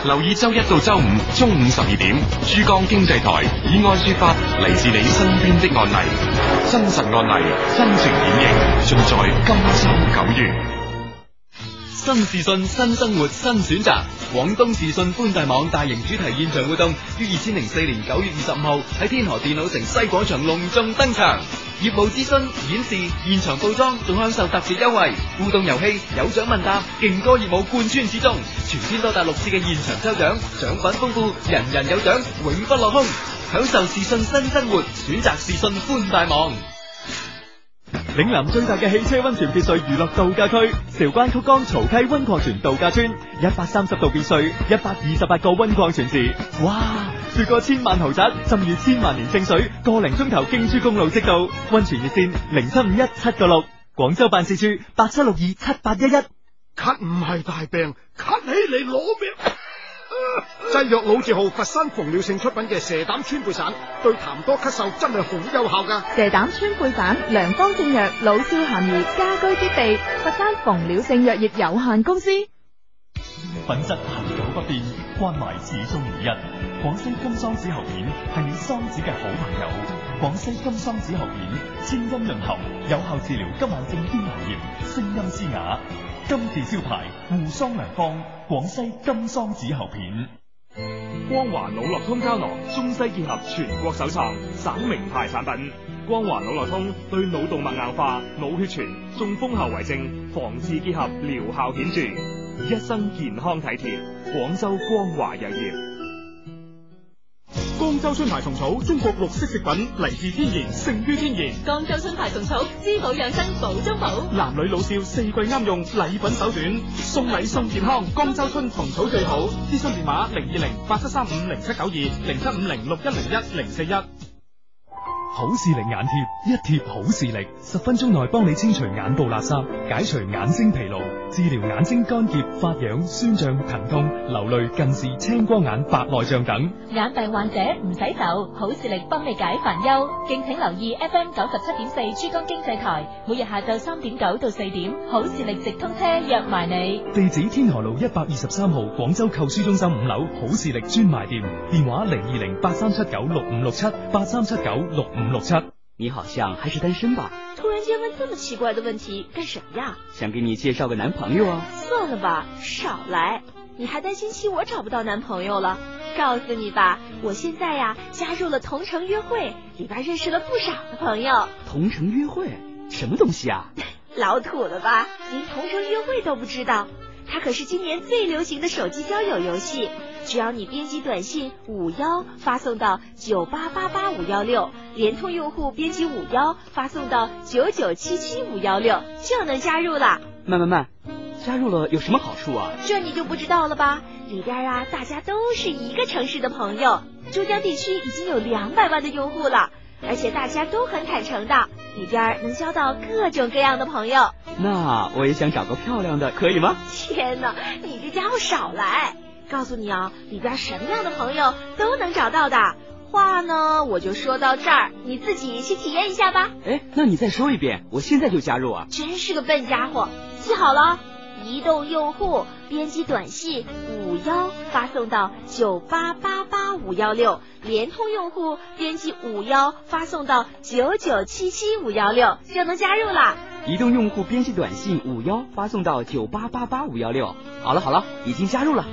留意周一到周五中午十二點，珠江經濟台以愛說法，嚟自你身邊的案例，真實案例，真情演繹，盡在今秋九月。
新視訊、新生活、新選擇。廣東視訊寬帶網大型主題現場活動於二千零四年九月二十五號喺天河電腦城西廣場隆重登場。業務諮詢、演示、現場報裝，仲享受特別優惠。互動遊戲、有獎問答、勁歌熱舞貫穿始終，全天多達六次嘅現場抽獎，獎品豐富，人人有獎，永不落空。享受視訊新生活，選擇視訊寬帶網。
嶺南最大嘅汽車溫泉別墅娛樂度假區，韶關曲江曹溪溫礦泉度假村，一百三十度別墅，一百二十八個溫礦泉池，哇！住過千萬豪宅，浸遇千萬年聖水，個零鐘頭京珠公路即到，溫泉熱線零七五一七個六，廣州辦事處八七六二七八
*laughs*
一一。
咳唔係大病，咳起嚟攞命。製藥老字號佛山馮了性出品嘅蛇膽川貝散，對痰多咳嗽真係好有效噶。
蛇膽川貝散，良方正藥，老少咸宜，家居必備。佛山馮了性藥業有限公司。
品質恆久不變，關懷始終如一。廣西金桑子喉片係你桑子嘅好朋友。廣西金桑子喉片清音潤喉，有效治療急慢性咽喉炎、聲音嘶啞。金字招牌護桑良方，廣西金桑子喉片。
光華腦絡通膠囊中西結合全國首創，省名牌產品。光華腦絡通對腦動脈硬化、腦血栓、中風後遺症防治結合療效顯著，一生健康體貼。廣州光華藥業。
江州春牌蟲草，中國綠色食品，嚟自天然，勝於天然。
江州春牌蟲草，滋補養生，補中補。
男女老少四季啱用，禮品首選，送禮送健康。江州春蟲草最好，諮詢電話零二零八七三五零七九二零七五零六一零一零四一。
好視力眼貼，一貼好視力，十分鐘內幫你清除眼部垃圾，解除眼睛疲勞，治療眼睛乾澀、發癢、酸脹、疼痛、流淚、近視、青光眼、白內障等。
眼病患者唔使愁，好視力幫你解煩憂。敬請留意 FM 九十七點四珠江經濟台，每日下晝三點九到四點，好視力直通車約埋你。
地址：天河路一百二十三號廣州購書中心五樓好視力專賣店。電話：零二零八三七九六五六七八三七九六五六七。
你好像還是單身吧？
突然间问这么奇怪的问题干什么呀？
想给你介紹個男朋友啊？
算了吧，少来！你还担心起我找不到男朋友了？告诉你吧，我现在呀、加入了同城约会，里边认识了不少的朋友。
同城約會，什麼東西啊？
老土了吧？连同城约会都不知道？它可是今年最流行的手机交友游戏，只要你编辑短信五幺发送到九八八八五幺六，联通用户编辑五幺发送到九九七七五幺六，就能加入啦。
慢慢慢，加入了有什么好处啊？
这你就不知道了吧？里边啊，大家都是一个城市的朋友，珠江地区已经有两百万的用户了，而且大家都很坦诚的，里边能交到各种各样的朋友。
那我也想找个漂亮的，可以吗？
天哪，你这家伙少来！告诉你啊，里边什么样的朋友都能找到的。话呢，我就说到这儿，你自己去体验一下吧。
哎，那你再说一遍，我现在就加入啊！
真是个笨家伙，记好了，移动用户编辑短信五幺发送到九八八八五幺六，联通用户编辑五幺发送到九九七七五幺六就能加入啦。
移动用户编辑短信五幺发送到九八八八五幺六。好了好了，已经加入了。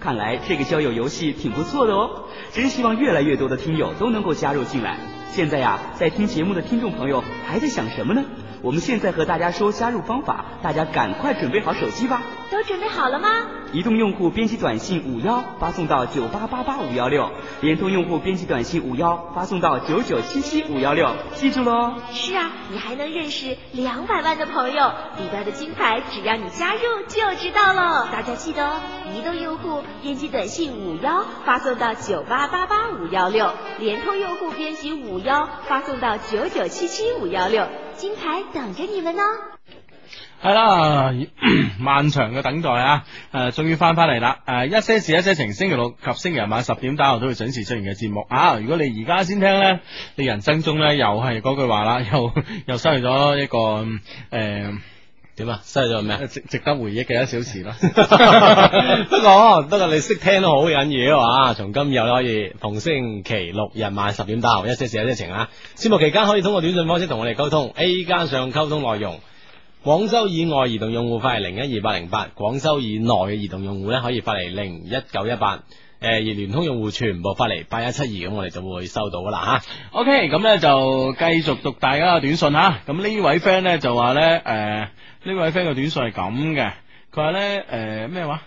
看来这个交友游戏挺不错的哦，真希望越来越多的听友都能够加入进来。现在呀、在听节目的听众朋友还在想什么呢？我们现在和大家说加入方法，大家赶快准备好手机吧。
都准备好了吗？
移动用户编辑短信五幺发送到九八八八五幺六，联通用户编辑短信五幺发送到九九七七五幺六，记住喽。
是啊，你还能认识两百万的朋友，里边的精彩只要你加入就知道了。大家记得哦，移动用户编辑短信五幺发送到九八八八五幺六，联通用户编辑五幺发送到九九七七五幺六，精彩等着你们呢、
系啦， *coughs* 漫長嘅等待啊！诶、終於翻返嚟啦！诶、一些事一些情，星期六及星期日晚十點打後都會準時出現嘅節目啊！如果你而家先聽呢，你人生中呢又係嗰句話啦， *laughs* 又又失去咗一個诶。点啊？失去咗咩？值值得回憶嘅一小時 *laughs* 啦。
不過不過你識聽都好緊要啊！從今日可以逢星期六日晚十點打後一些事一些情啊！節目期間可以通過短信方式同我哋溝通，A 加上溝通內容。廣州以外移動用戶發嚟零一二八零八，廣州以內嘅移動用戶咧可以發嚟零一九一八。誒而聯通用戶全部發嚟八一七二，咁我哋就會收到噶啦嚇。
OK，咁咧就繼續讀大家嘅短信吓。咁呢位 friend 咧就話咧，诶、呢位 friend 嘅短信係咁嘅，佢話咧，诶、咩話？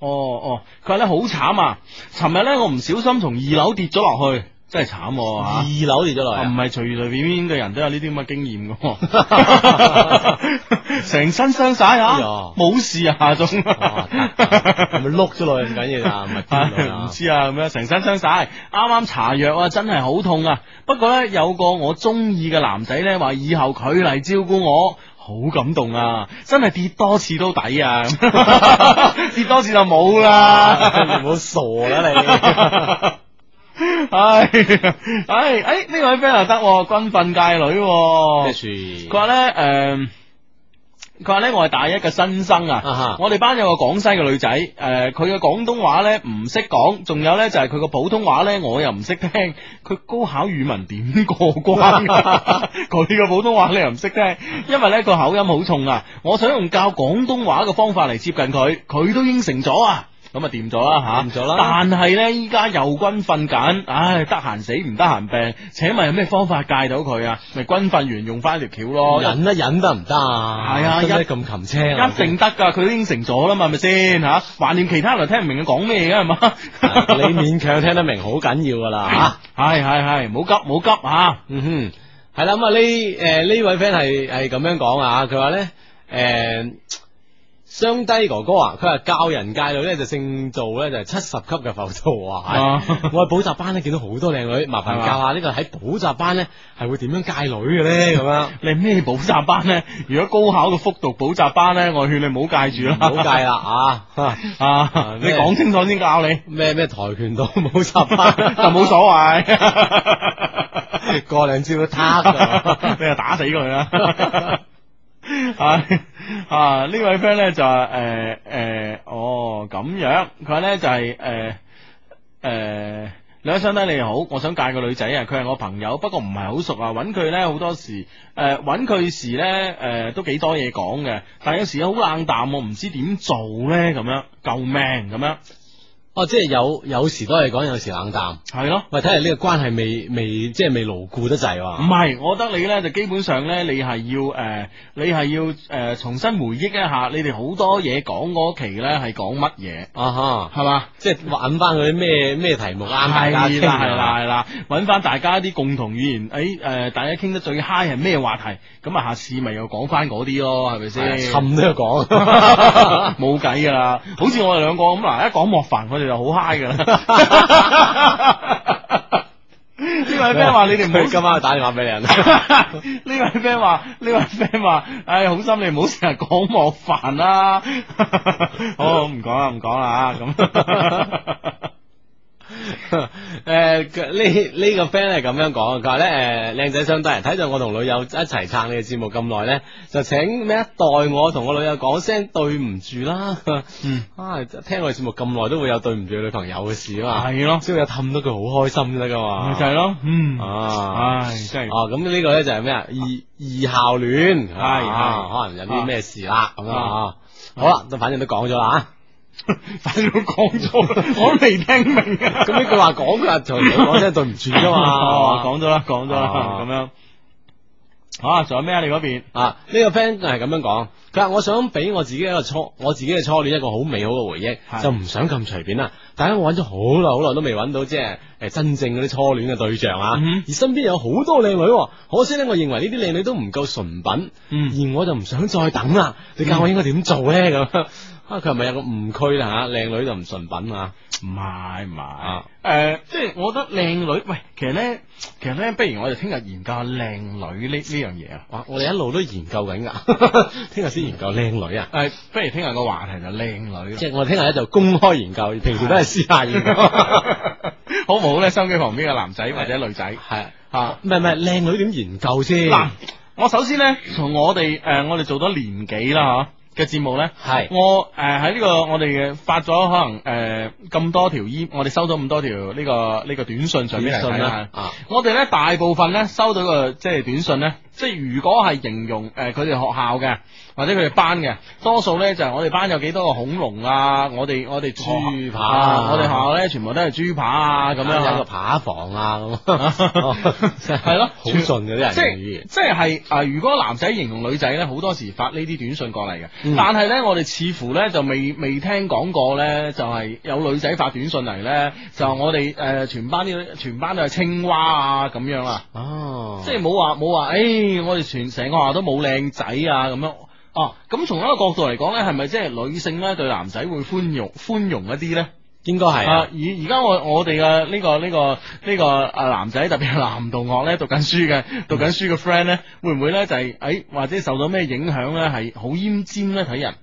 哦哦，佢話咧好慘啊！尋日咧我唔小心從二樓跌咗落去。真係慘喎、啊、
二樓跌咗落
去，唔係隨隨便便嘅人都有呢啲咁嘅經驗嘅
*laughs*
喎，成身傷晒
哎
啊，
哦
冇事啊，仲係
咪碌咗落去唔緊
*laughs*
要啊？唔係跌落去啊
唔知啊，咁樣成身傷晒，啱啱搽藥啊，真係好痛啊！不過咧，有個我中意嘅男仔咧，話以後佢嚟照顧我。好感動啊！真係跌多次都抵
*laughs*
啊，跌多次就冇啦。
你唔好傻啦
*laughs* 唉，唉，唉，呢位 friend 又得喎，軍訓界女喎，佢話咧，诶、佢話咧，我係大一嘅新生啊，我哋班有個廣西嘅女仔，诶、佢嘅廣東話咧唔識講，仲有咧就係佢個普通話咧，我又唔識聽，佢高考語文點過關 *laughs* 啊？佢嘅普通話你又唔識聽，因為咧個口音好重啊，我想用教廣東話嘅方法嚟接近佢，佢都應承咗啊。咁啊掂咗啦吓，掂咗
啦
但係咧，依家又軍訓緊，唉，得閒死唔得閒病，請問有咩方法戒到佢啊？咪軍訓完用翻條橋咯，
忍一忍得唔得啊？
係啊，
得唔得
一
咁擒青啊
一定得噶，佢都應承咗啦嘛，係咪先吓？懷念其他人聽唔明佢講咩嘅係嘛？
啊你勉強聽得明好緊要噶
*laughs*
啦
吓，係係係，冇急冇急吓，
嗯哼，係啦咁啊呢诶呢位 friend 係係咁樣講啊，佢話咧诶。雙呃低哥哥啊，佢話教人界女咧就勝做咧就係七十級嘅浮屠啊！ *laughs* 我喺補習班咧見到好多靚女，麻煩
*laughs*
教下呢個喺補習班咧係會點樣界女嘅咧咁樣？
*laughs* 你咩補習班咧？如果高考嘅复讀補習班咧，我勸你唔好戒住啦，
唔好戒啦
*laughs*
啊！
啊！你講清楚先教你
咩咩跆拳道 *laughs* 補習班
*laughs* 就冇所
*laughs*
謂。
過兩招都得
*laughs*
㗎，
你就打死佢啦。啊啊！呢位 friend 咧就係诶诶，哦咁樣，佢話咧就係呃诶诶。兩位相低你好，我想介個女仔啊，佢係我朋友，不過唔係好熟啊，揾佢咧好多時，诶揾佢時咧诶都幾多嘢講嘅，但有時好冷淡，我唔知點做咧咁樣，救命咁樣。
哦，即係有有時都係講，有時冷淡，
係咯。
喂，睇嚟呢個關係未未即係未牢固得滯
唔
喎。
係，我覺得你咧就基本上咧，你係要誒、呃你係要誒、呃重新回憶一下，你哋好多嘢講嗰期咧係講乜嘢
啊哈，
係嘛？
即係揾翻佢啲咩咩題目啱大
係
家
啦
傾
係
啊
啦係啦，揾翻大家啲共同語言，誒、誒，大家傾得最 high 係咩話題？咁啊，下次咪又講翻嗰啲咯，係咪
係啊
先？
沉都要講
*laughs* 冇計噶啦。好似我哋兩個咁嗱，一講莫凡，我哋就好 high 噶啦。
*laughs*
呢位 friend 話：你哋唔好
佢 *laughs* 今晚要打電話俾你啊。
*laughs* 呢位 friend 話，呢位 friend 話，唉，好心你唔好成日講莫凡啦。 *laughs* 好，唔講啦，唔講啦，咁。
*laughs* 诶，佢呢呢个 friend 系咁样讲，佢话咧诶，靓仔相低，睇到我同女友一齐撑你嘅节目咁耐咧，就请咩代我同我女友讲声对唔住啦。
嗯，
*laughs* 啊，听我哋节目咁耐都会有对唔住嘅女朋友嘅事啊嘛，
係咯
所以有氹到佢好开心先得噶嘛，
咪就係咯，嗯，
啊，
唉，真係
哦，咁呢個咧就係咩啊？異異校戀
係
啊
係
可能有啲咩事啦咁
啊
啊，好啦，都反正都講咗啦啊
*laughs* 反正都講咗，*laughs*
*laughs*
我都未聽明 *laughs* 啊。
咁呢句話講嘅同
*laughs*
你講真係對唔住噶嘛，
哦講咗啦，講咗啦，
啊
咁樣。啊，仲有咩啊？你嗰邊？
啊，呢、個 friend 係咁樣講，佢話我想俾我自己一個初，我自己嘅初戀一個好美好嘅回憶，
係
就唔想咁隨便啦。但係我揾咗好耐好耐都未揾到即係誒真正嗰啲初戀嘅對象
嗯
啊，而身邊有好多靚女喎，可惜呢，我認為呢啲靚女都唔夠純品，
嗯
而我就唔想再等啦。你教我應該點做咧咁？啊，佢係咪有個誤區啦嚇？靚女就唔純品啊？
唔係唔係，誒、即係我覺得靚女，喂，其實咧，其實咧，不如我哋聽日研究下靚女呢呢樣嘢啊。
哇，我哋一路都研究緊㗎，聽日先研究靚女啊！
誒，不如聽日個話題就靚女啦
即。係我哋聽日咧就公開研究，平時都係私下研究。
*laughs* 好唔好咧？收機旁邊嘅男仔或者女仔，
係
啊，
唔係唔係，靚女點研究先？
嗱，我首先咧，從我哋誒、呃我哋做咗年幾啦嚇嘅節目咧，
係
我誒喺呢個我哋嘅發咗可能誒咁、多條 e，我哋收咗咁多條呢、個呢、個短信上面嚟
短信
睇
啦
下，
啊，
我哋咧大部分咧收到個即係短信咧，即係如果係形容誒佢哋學校嘅或者佢哋班嘅，多數咧就係、我哋班有幾多個恐龍啊，我哋我哋
豬扒
啊我哋學校咧全部都係豬扒啊咁樣
有
啊
個。扒房啊
*laughs*
咁， *laughs*
係咯
好順嘅啲人
即
用
係
語。
即係係啊！如果男仔形容女仔咧，好多時發呢啲短信過嚟嘅。
嗯
但係咧，我哋似乎咧就未未聽講過咧，就係、有女仔發短信嚟咧，就話我哋誒、呃全班啲全班都係青蛙啊咁樣啦。
哦，哎
即係冇話冇話，誒、我哋全成個學校都冇靚仔啊咁樣。哦，咁從一個角度嚟講咧，係咪即係女性咧對男仔會寬容寬容一啲咧？
應該係
啊！而
啊
而家我我哋嘅呢個呢、個呢、個啊男仔，特別係男同學咧，讀緊書嘅
嗯
讀緊書嘅 friend 咧，會唔會咧就係、哎或者受到咩影響咧，係好奄尖咧睇人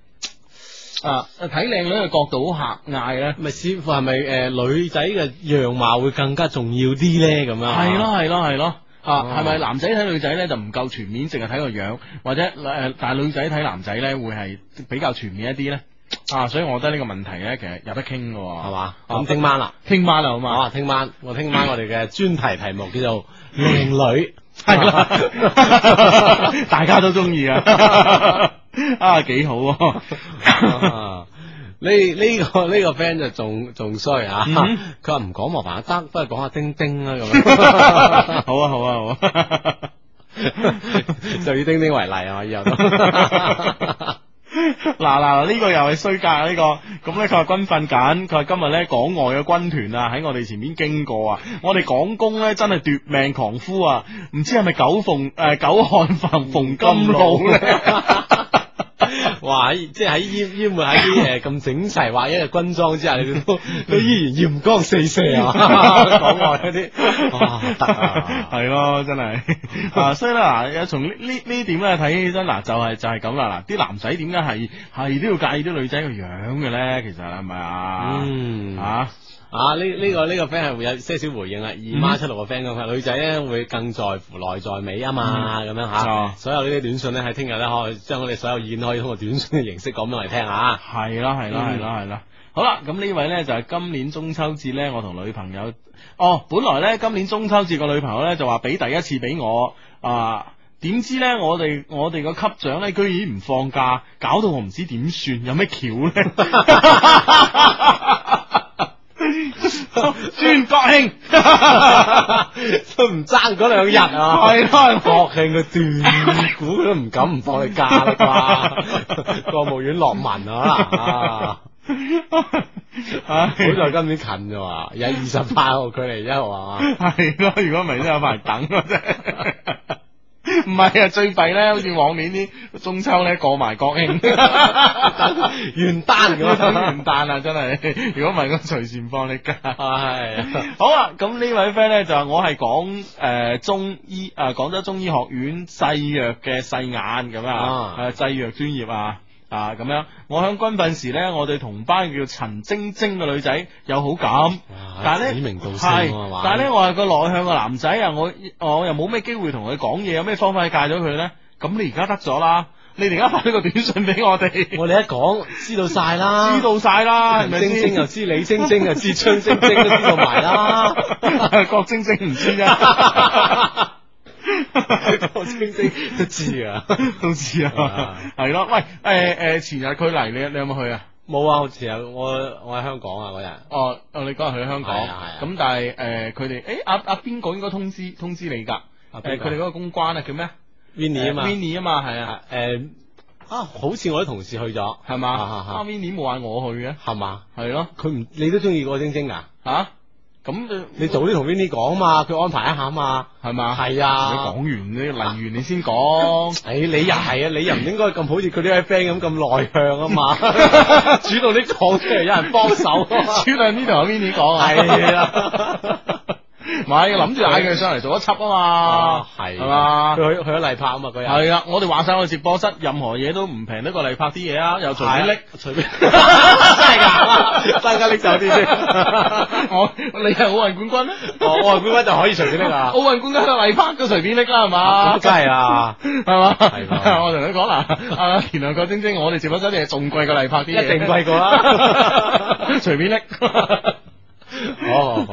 啊睇靚女嘅角度好狹隘咧，
咪似乎係咪誒女仔嘅樣貌會更加重要啲咧？咁樣啊
係咯，係咯係咯。啊，
哦
係咪男仔睇女仔咧就唔夠全面，淨係睇個樣，或者誒、呃但係女仔睇男仔咧會係比較全面一啲咧？啊，所以我覺得呢個問題咧，其實有得傾嘅喎，
係嘛？
啊
咁聽晚啦，
聽晚啦，好嘛？
啊，聽晚我聽晚我哋嘅專題題目叫做靚女，
嗯係
*laughs*
啦，大家都中意啊，啊幾好啊！
啊呢呢個呢個 friend 就仲仲衰啊！
嗯
佢話唔講莫凡得，不過講下丁丁啦咁樣。
好啊好啊好啊！
*laughs* 就以丁丁為例啊，以後都 *laughs*
嗱嗱，呢個又係衰格啊！呢個咁咧，佢話軍訓緊，佢話今日咧港外嘅軍團啊喺我哋前面經過啊，我哋港工咧真係奪命狂夫啊！唔知係咪九鳳誒九漢馮 *laughs* 馮金老咧？ *laughs*
哇！喺即係喺淹淹沒喺啲誒咁整齊劃一嘅軍裝之下，你
*laughs*
哋都都依然豔光四射啊！講外嗰啲，哇得啊！
系咯，真系啊！所以咧，嗱，有從呢呢呢點咧睇起身，嗱就係就係咁啦。嗱，啲男仔點解係係都要介意啲女仔個樣嘅咧？其實係咪啊？
嗯
啊，
啊！呢呢、個呢、個 friend 係會有些少回應啦，啊二孖七六個 friend 咁，啊佢話女仔咧會更在乎內在美啊嘛，咁、樣嚇。
哦
所有呢啲短信咧喺聽日咧可以將我哋所有意見可以通過短信嘅形式講俾我哋聽啊。
係啦，係啦，
嗯
係啦，係啦。好啦，咁呢位咧就係今年中秋節咧，我同女朋友哦，本來咧今年中秋節個女朋友咧就話俾第一次俾我啊。點知咧？我哋我哋個級長咧，居然唔放假，
*laughs*
*laughs* 搞到我唔知點算，有咩橋咧？孫國
*laughs*
慶
都唔爭嗰兩
*laughs*
日啊，
係咯
國慶佢斷估都唔敢唔放你假啦
*laughs*
啩，國務院落文啊。
唉
好在今年近啫嘛，有二十八號距離一號啊嘛，
係咯，如果唔係真係有排等啊真係。唔係啊，最弊咧，好似往年啲中秋咧過埋國慶，
*laughs* 元旦咁
要等
啊
元旦啊，真係。如果唔係，我隨時唔放你假。
係
好啊，咁呢位 friend 咧就話我係廣誒中醫誒廣州中醫學院製藥嘅細眼咁啊
啊，
誒製藥專業啊。啊，咁樣，我響軍訓時咧，我對同班叫陳晶晶嘅女仔有好感，但係咧，
指名道姓
係
啊嘛，
但係咧，我係個內向嘅男仔啊，我我又冇咩機會同佢講嘢，有咩方法去戒咗佢咧？咁你而家得咗啦，你哋而家發呢個短信俾我哋，
我哋一講知道晒啦
*laughs* 知道晒啦，係咪先
晶晶又知李晶晶又知張晶晶都知道埋啦，
*laughs* 郭晶晶唔知啫。
*laughs* 郭晶晶都知啊，
都知啊，係咯，喂，诶、誒前日佢嚟，你你有冇去啊？
冇啊，好似有我我喺香港啊嗰日。
哦，哦，你嗰日去香港，
係啊係啊
咁但係诶，誒佢哋诶阿阿邊個應該通知通知你㗎？
啊
诶，
邊個
佢哋嗰個公關啊叫咩
Vinny 啊嘛
v i n n y 啊嘛，係啊，
诶啊，好似我啲同事去咗，
係嘛？
啊啊
阿 v i n n y 冇嗌我去嘅，
係嘛？
係咯，
佢唔你都中意嗰個晶晶啊？
吓咁
你早啲同 Vinny 講嘛，佢安排一下嘛，
係嘛？
係啊
你講完你嚟完你先
*laughs*
講。
诶、你又係啊，你又唔應該咁好似佢呢位 friend 咁咁內向啊
*laughs*
嘛， *laughs* 主動 *laughs* 啲講出嚟，有人幫手啊嘛，
主動呢度阿 Vinny 講啊，
係啊
啦， *laughs* 唔係諗住嗌佢上嚟做一輯啊嘛，
哦係
係嘛
佢去去咗麗拍啊嘛，佢日
係啊，我哋話晒我哋直播室任何嘢都唔平得過嚟拍啲嘢啊，又隨便拎，*laughs*
隨便
真係㗎，
大家拎走啲先，
*laughs* 我你係奧運冠軍咧，
哦奧運冠軍就可以隨便拎啊
*laughs* 奧運冠軍嚟拍都隨便拎啦，係嘛？
咁梗係啦，
*laughs* 係嘛？
係
*laughs*
喎
我同你講啦，啊，原來郭晶晶，我哋直播室啲嘢仲貴過嚟拍啲嘢，
一定貴過啦， *laughs*
隨 *laughs* 便拎。
好好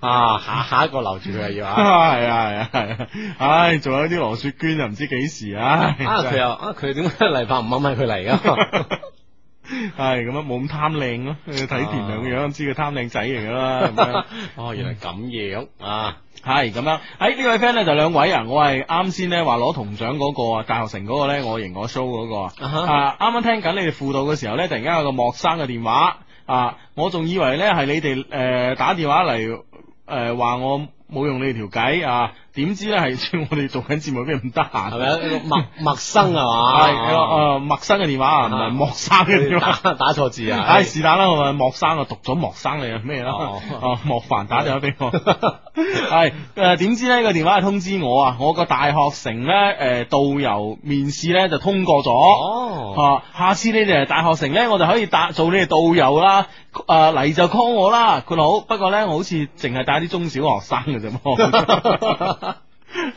好啊，下下一個留住佢啊
*laughs*
要
系
啊。
啊系啊系啊，唉，仲有啲羅雪娟又唔知幾時啊，
啊！佢又啊！佢點解黎伯唔肯係佢嚟啊噶？
*laughs* 系咁樣冇咁貪靚咯，睇田亮
啊
嘅樣知佢貪靚仔嚟噶啦，咁樣
*laughs* 哦，原來咁樣啊！
係咁樣。喺呢位 friend 咧就兩位啊，我係啱先咧話攞銅獎嗰個啊，大學城嗰個咧，我型我 show 嗰個
啊
啊
哈
啊，啱啱聽緊你哋輔導嘅時候咧，突然間有個莫生嘅電話啊，我仲以為咧係你哋诶打電話嚟诶話我冇用你哋條計啊，點知咧係我哋做緊節目，俾人唔得閒，
係咪啊一個陌陌生係嘛？
系诶陌生嘅電話啊，唔係莫生嘅電話。
打打錯字啊！
唉，是但啦，我話莫生啊，讀咗莫生你係咩啦？
哦
*laughs* 哦，莫凡打電話俾我， *laughs* 係誒點知呢個電話係通知我啊，我個大學城咧誒、導遊面試咧就通過咗，
哦
啊，下次你哋嚟大學城咧，我就可以搭做你哋導遊啦，誒、嚟就 call 我啦，佢話好，不過咧我好似淨係帶啲中小學生嘅啫噃。
*laughs*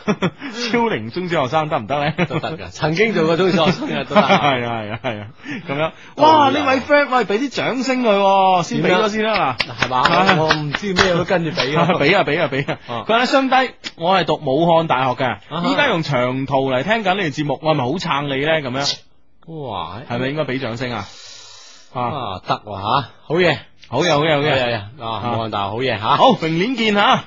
超齡中小學生得唔得咧？
都得噶，曾經做過中小學生嘅都得啊。
*laughs* 係啊係啊係啊，咁樣哇！
導遊
呢位 friend 喂，俾啲掌聲佢喎，哦先俾
點
咗
啊
先啦嗱。啊
係嘛？我唔知咩都跟住俾啊，
*laughs* 俾啊俾啊俾啊！
啊
佢咧相低，我係讀武漢大學嘅，
哈
依家用長途嚟聽緊你哋節目，我係咪好撐你咧？咁
*laughs*
樣
哇！
係咪應該俾掌聲啊？啊，
啊得喎吓，好嘢，
好嘢好嘢好
好
嘢！
嘢啊！武漢大學好嘢吓，
好，明年見吓，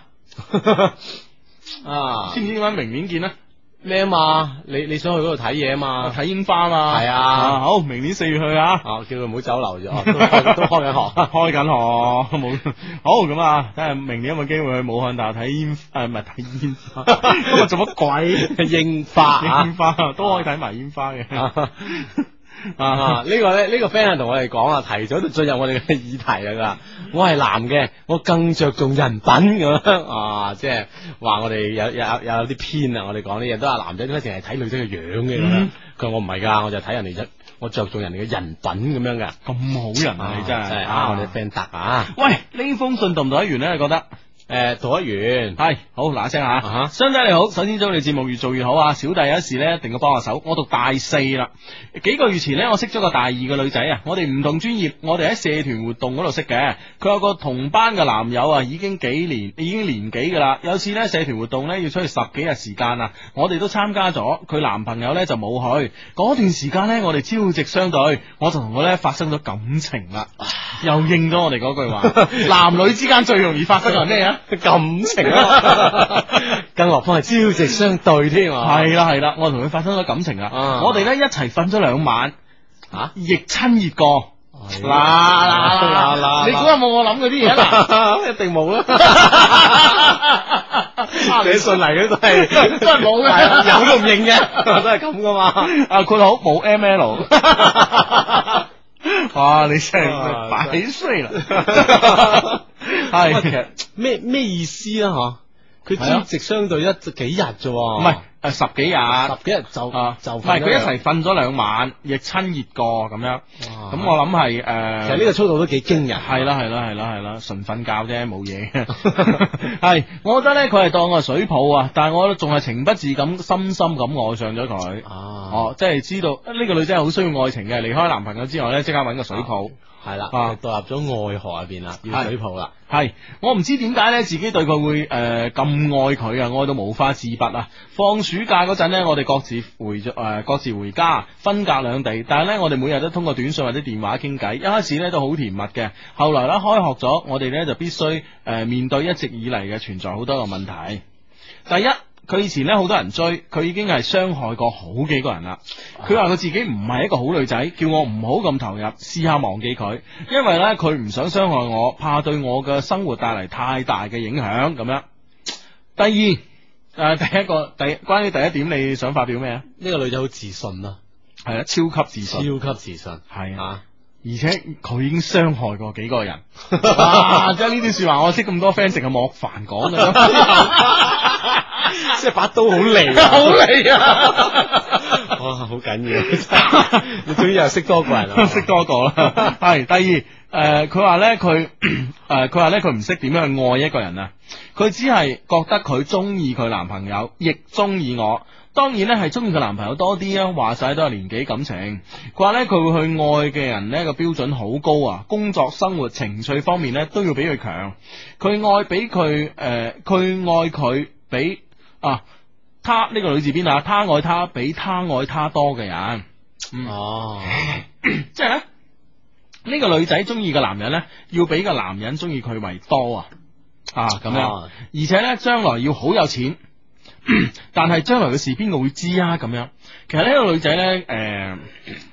啊
知唔知點解明年見啊？
咩啊嘛？你你想去嗰度睇嘢啊嘛？
睇櫻花嘛。
係啊
好，明年四月去啊。
啊，叫佢唔好走漏咗， *laughs* 都開都開緊學。
開緊學，冇好咁啊！睇下明年有冇機會去武漢大學睇煙，誒唔係睇煙
*laughs*
花，今日做乜鬼？
櫻花啊
櫻花都可以睇埋煙花嘅。
啊 *laughs* 啊！
啊，
呢個咧，呢個 friend 啊同我哋講啊，提早就進入我哋嘅議題啦。佢話我係男嘅，我更着重人品咁樣 *laughs* 啊，即係話我哋有有有啲偏啊。我哋講啲嘢都係男仔點解淨係睇女仔嘅樣嘅咁樣
嗯？
佢話我唔係㗎，我就睇人哋一，我着重人哋嘅人品咁樣㗎。
咁好人啊！
啊
你真係
啊！我哋 friend 得啊！
喂，呢封信讀唔讀得完咧？你覺得诶，呃杜一元啊系好嗱声吓，相弟你好，首先祝你节目越做越好啊！小弟有一事咧，一定要幫下手。我讀大四啦，幾個月前咧，我識咗個大二嘅女仔啊，我哋唔同專業，我哋喺社團活動嗰度識嘅。佢有個同班嘅男友啊，已經幾年，已經年幾噶啦。有次咧社團活動咧要出去十幾日時間啊，我哋都參加咗，佢男朋友咧就冇去。嗰段時間咧，我哋朝夕相對，我就同佢咧發生咗感情啦， *laughs* 又應咗我哋嗰句話，
*laughs*
男女之間最容易發生嘅係咩啊？
感情
*laughs*
啊，更何況係朝夕相對添啊！
係啦係啦，我同佢發生咗感情啦，
啊
我哋咧一齊瞓咗兩晚，
吓
亦親熱過。嗱嗱
哎嗱
嗱
嗱
你估有冇我諗嗰啲嘢啊 *laughs* 啦？
一定 *laughs* 冇啦，
你
啊信嚟嗰都係
真係冇嘅
係啊
*laughs*
有都唔認嘅，都係咁噶嘛。 *laughs*
啊，佢好冇 M L。哇！你真係擺衰啦，
喂 *laughs*
係
啊其實咩咩意思啊？吓，佢
係啊
朝夕相對一幾日啫喎，
唔
唔
係诶十幾日，啊
十幾日就就
唔係佢一齊
其
瞓咗兩晚，亦親熱過咁樣。咁我諗係诶，
實呢個速度都幾驚人。
系啦系啦系啦系啦，純瞓覺啫，冇嘢
*laughs*
嘅。系，我覺得咧佢係當我係水泡啊，但係我仲係情不自禁、深深咁愛上咗佢。
啊
哦，即係知道呢個女仔係好需要愛情嘅，離開男朋友之外咧，即刻揾個水泡。
係啦，
啊
墮入咗愛河入邊啦，要水泡啦。
系，我唔知點解咧，自己對佢會诶咁、愛佢啊，愛到無法自拔啊！放暑假嗰陣咧，我哋各自回咗诶、呃各自回家，分隔兩地。但係咧，我哋每日都通過短信或者電話傾偈。一開始咧都好甜蜜嘅，後來咧開學咗，我哋咧就必須诶、呃面對一直以嚟嘅存在好多個問題。第一。佢以前咧好多人追，佢已經係傷害過好幾個人啦。佢話佢自己唔係一個好女仔，叫我唔好咁投入，試下忘記佢，因為咧佢唔想傷害我，怕對我嘅生活帶嚟太大嘅影響咁樣。第二，誒、第一個第關於第一點，你想發表咩啊？
呢個女仔好自信啊，
係啊，超級自信，
超級自信。
係啊。而且佢已經傷害過幾個
*laughs*
人，哇！即係呢啲説話，我識咁多 friend 淨係莫凡啊講嘅
*laughs* 即系把刀好利
*laughs*
啊，
好利啊！
*laughs* 哇，好緊要，真係 *laughs* 你終於又識多個人
*laughs*
啦，
识多个
*laughs*
啦。系第二，诶、佢話咧，佢 *coughs* 呃诶，佢話咧，佢唔識點樣去愛一個人啊。佢只係覺得佢中意佢男朋友，亦中意我。當然咧，係中意佢男朋友多啲啊。話晒都係年紀感情。佢話咧，佢會去愛嘅人咧個標準好高啊，工作、生活、情趣方面咧都要比佢強。佢愛比佢诶，佢、愛佢比啊，他呢、個女字邊啊，他愛他比他愛他多嘅人。嗯
哦，
*coughs* 即系咧，呢、個个女仔中意嘅男人咧，要比個男人中意佢為多啊，啊咁樣，
哦
而且咧將來要好有錢， *coughs* 但係將來嘅事邊個會知啊？咁樣，其實呢個女仔咧，诶、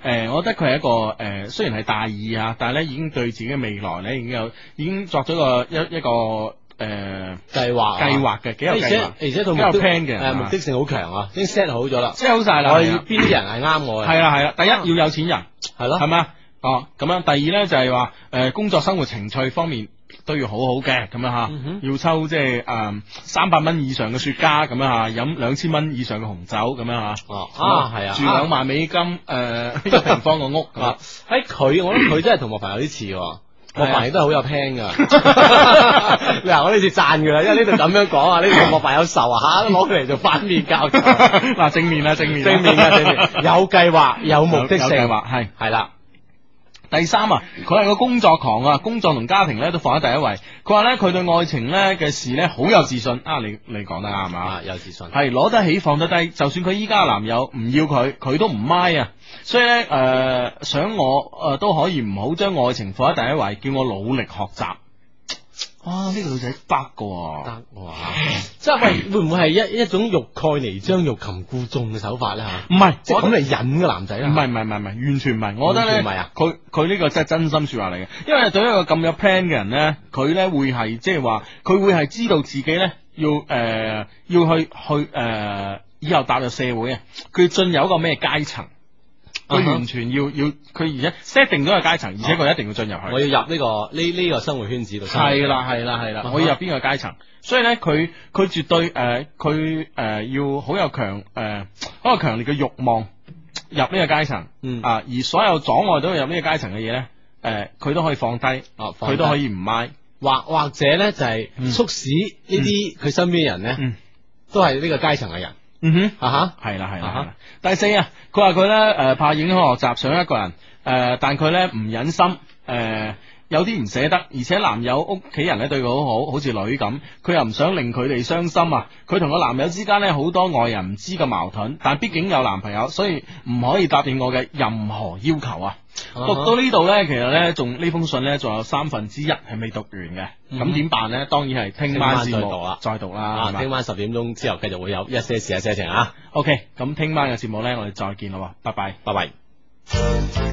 诶、我覺得佢係一個诶、呃雖然係大二啊，但係咧已經對自己嘅未來咧已經有已經作咗個一一個诶
計劃啊
計劃嘅，幾有
而且
計劃，
而且佢
幾
目
有
的
plan 嘅，
誒目的性好強啊，已經 set 好咗啦
set 好晒啦
我
係
哋
啊
邊啲人係啱我嘅，
係啦係啦，第一要有錢人，
系嗯咯
系咪啊？哦，咁樣第二咧就係話诶工作生活情趣方面都要好好嘅，咁樣吓，
嗯
要抽即係诶三百蚊以上嘅雪茄咁樣吓，飲兩千蚊以上嘅紅酒咁樣吓，
哦啊係啊
住兩萬美金诶 *laughs* 一個平方個屋咁啊，
啊喺佢，我諗佢真係同莫凡有啲似喎。莫凡亦都係好有 plan
*laughs*
噶， *laughs* 嗱我呢次讚佢啦，因為呢度咁樣講啊，呢度莫凡有仇啊，嚇攞佢嚟做反面教材，
*laughs* 嗱正面啊啦正面啦
正面嘅啊正面，
*laughs*
有計劃有目的性，
有有計劃係
係啦，
第三啊，佢係個工作狂啊，工作同家庭咧都放喺第一位。佢話咧佢對愛情咧嘅事咧好有自信啊，你你講得啱啊
啊。有自信，
系攞得起放得低，就算佢依家男友唔要佢，佢都唔咪啊！所以咧，诶、想我诶、呃都可以唔好將愛情放喺第一位，叫我努力學習。
啊
哇！呢、個女仔得噶、
得哇！即係喂，會唔會係 *laughs* 一一種欲蓋彌彰、欲擒故縱嘅手法咧
唔
嚇？
係
即係
我
咁嚟引嘅男仔啦。
啊唔係唔係唔係唔係，完全唔係。我覺得
完全
咧
唔係啊，
佢佢呢個真係真心说話嚟嘅。因為對一個咁有 plan 嘅人咧，佢咧會係即係話，佢會係知道自己咧要诶、呃要去去诶、呃以後踏入社會啊，佢進入一個咩階層？
啊
佢
哈
完全要要佢而且 set 定咗個階層，而且佢一定要進入去。
我要入呢個呢呢個生活圈子度。嗯
係啦係啦係
啊
啦，我要入邊個階層，所以咧佢佢絕對誒佢誒要好有強誒好有強烈嘅慾望入呢個階層，
嗯
啊呃而所有阻礙到佢入呢個階層嘅嘢咧，誒佢都可以放低，
啊放低
佢都可以唔買，嗯
或或者咧就係促使呢啲佢身邊嘅人咧，都係呢個階層嘅人。
嗯哼，
啊
哈，系啦系啦係啦。第四啊，佢話佢咧诶怕影響學習，想一個人诶、呃但佢咧唔忍心诶。呃有啲唔捨得，而且男友屋企人咧對佢好好，好似女咁，佢又唔想令佢哋傷心啊。佢同個男友之間咧好多外人唔知嘅矛盾，但畢竟有男朋友，所以唔可以答應我嘅任何要求啊。
啊
讀到呢度呢，其實呢，仲呢封信呢，仲有三分之一係未讀完嘅，
哼
咁點辦呢？當然係聽晚節
啊聽晚再讀
目
啦
再讀啦
啊，
係嘛，
聽晚十點鐘之後繼續會有一些事一些情啊。
OK，咁聽晚嘅節目呢，我哋再見啦喎，拜拜，
拜拜。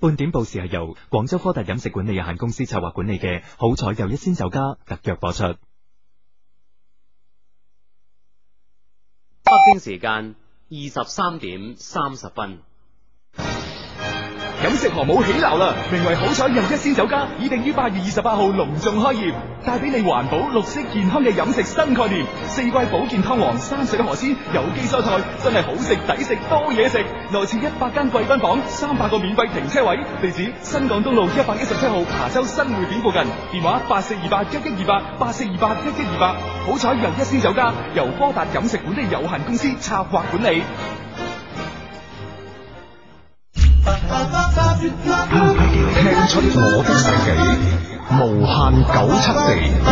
半點報時係由廣州科特飲食管理有限公司策劃管理嘅《好彩又一鮮酒家》特約播出。
*laughs* 北京時間二十三點三十分。
飲食航母起鬧啦！名為好彩又一鮮酒家，已定於八月二十八號隆重開業，帶俾你環保、綠色、健康嘅飲食新概念。四季保健湯王、山水河鮮、有機蔬菜，真係好食、抵食、多嘢食。內設一百間貴賓房，三百個免費停車位。地址：新港東路一百一十七號琶洲新會館附近。電話：八四二八一一二八八四二八一一二八。好彩又一鮮酒家由科達飲食管理有限公司策劃管理。
聽出我的世紀，無限九七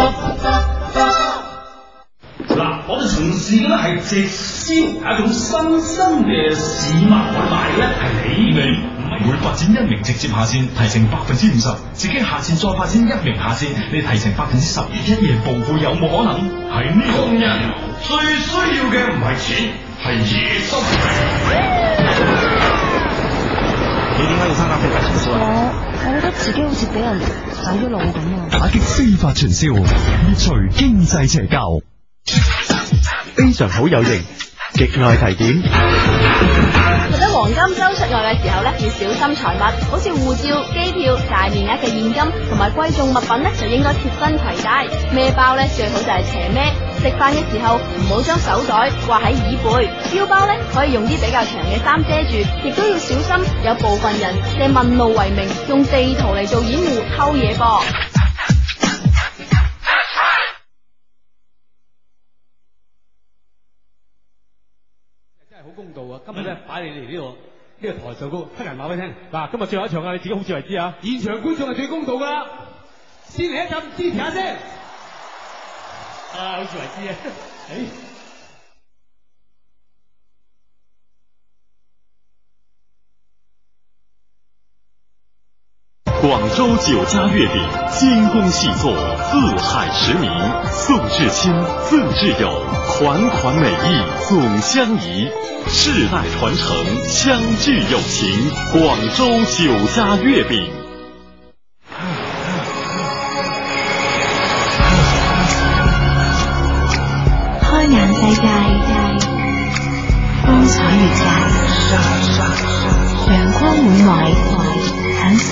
嗱，我哋從事嘅咧係直銷，係一種新生嘅市民買賣咧係你嘅。
每發展一名直接下線，提成百分之五十；自己下線再發展一名下線，你提成百分之十，一夜暴富有冇可能？係呢
工人最需要嘅唔係錢，係野心。
你點解要參加非法傳銷啊？
我覺得自己好似俾人洗咗腦咁啊！
打擊非法傳銷，滅除經濟邪教。
非常好有型，極愛提點，
喺黃金周出外嘅時候咧，要小心財物，好似護照、機票、大面額嘅現金同埋貴重物品咧，就應該貼身攜帶。孭包咧最好就係斜孭。食飯嘅時候唔好將手袋掛喺椅背，腰包咧可以用啲比較長嘅衫遮住，亦都要小心有部分人借問路為名，用地圖嚟做掩護偷嘢噃。
真係好公道啊！今日咧擺你嚟呢度呢個台上高，黑人話俾你聽，嗱，今日最後一場啊，你自己好自為之啊！現場觀眾係最公道噶啦，先嚟一陣支持下先。啊，好自為之啊！誒、
广州酒家月饼精工细作，四海驰名，宋至清，赠至友，款款美意总相宜，世代传承，相聚友情。广州酒家月饼。
開眼世界，光彩如擲，陽光滿懷，享受。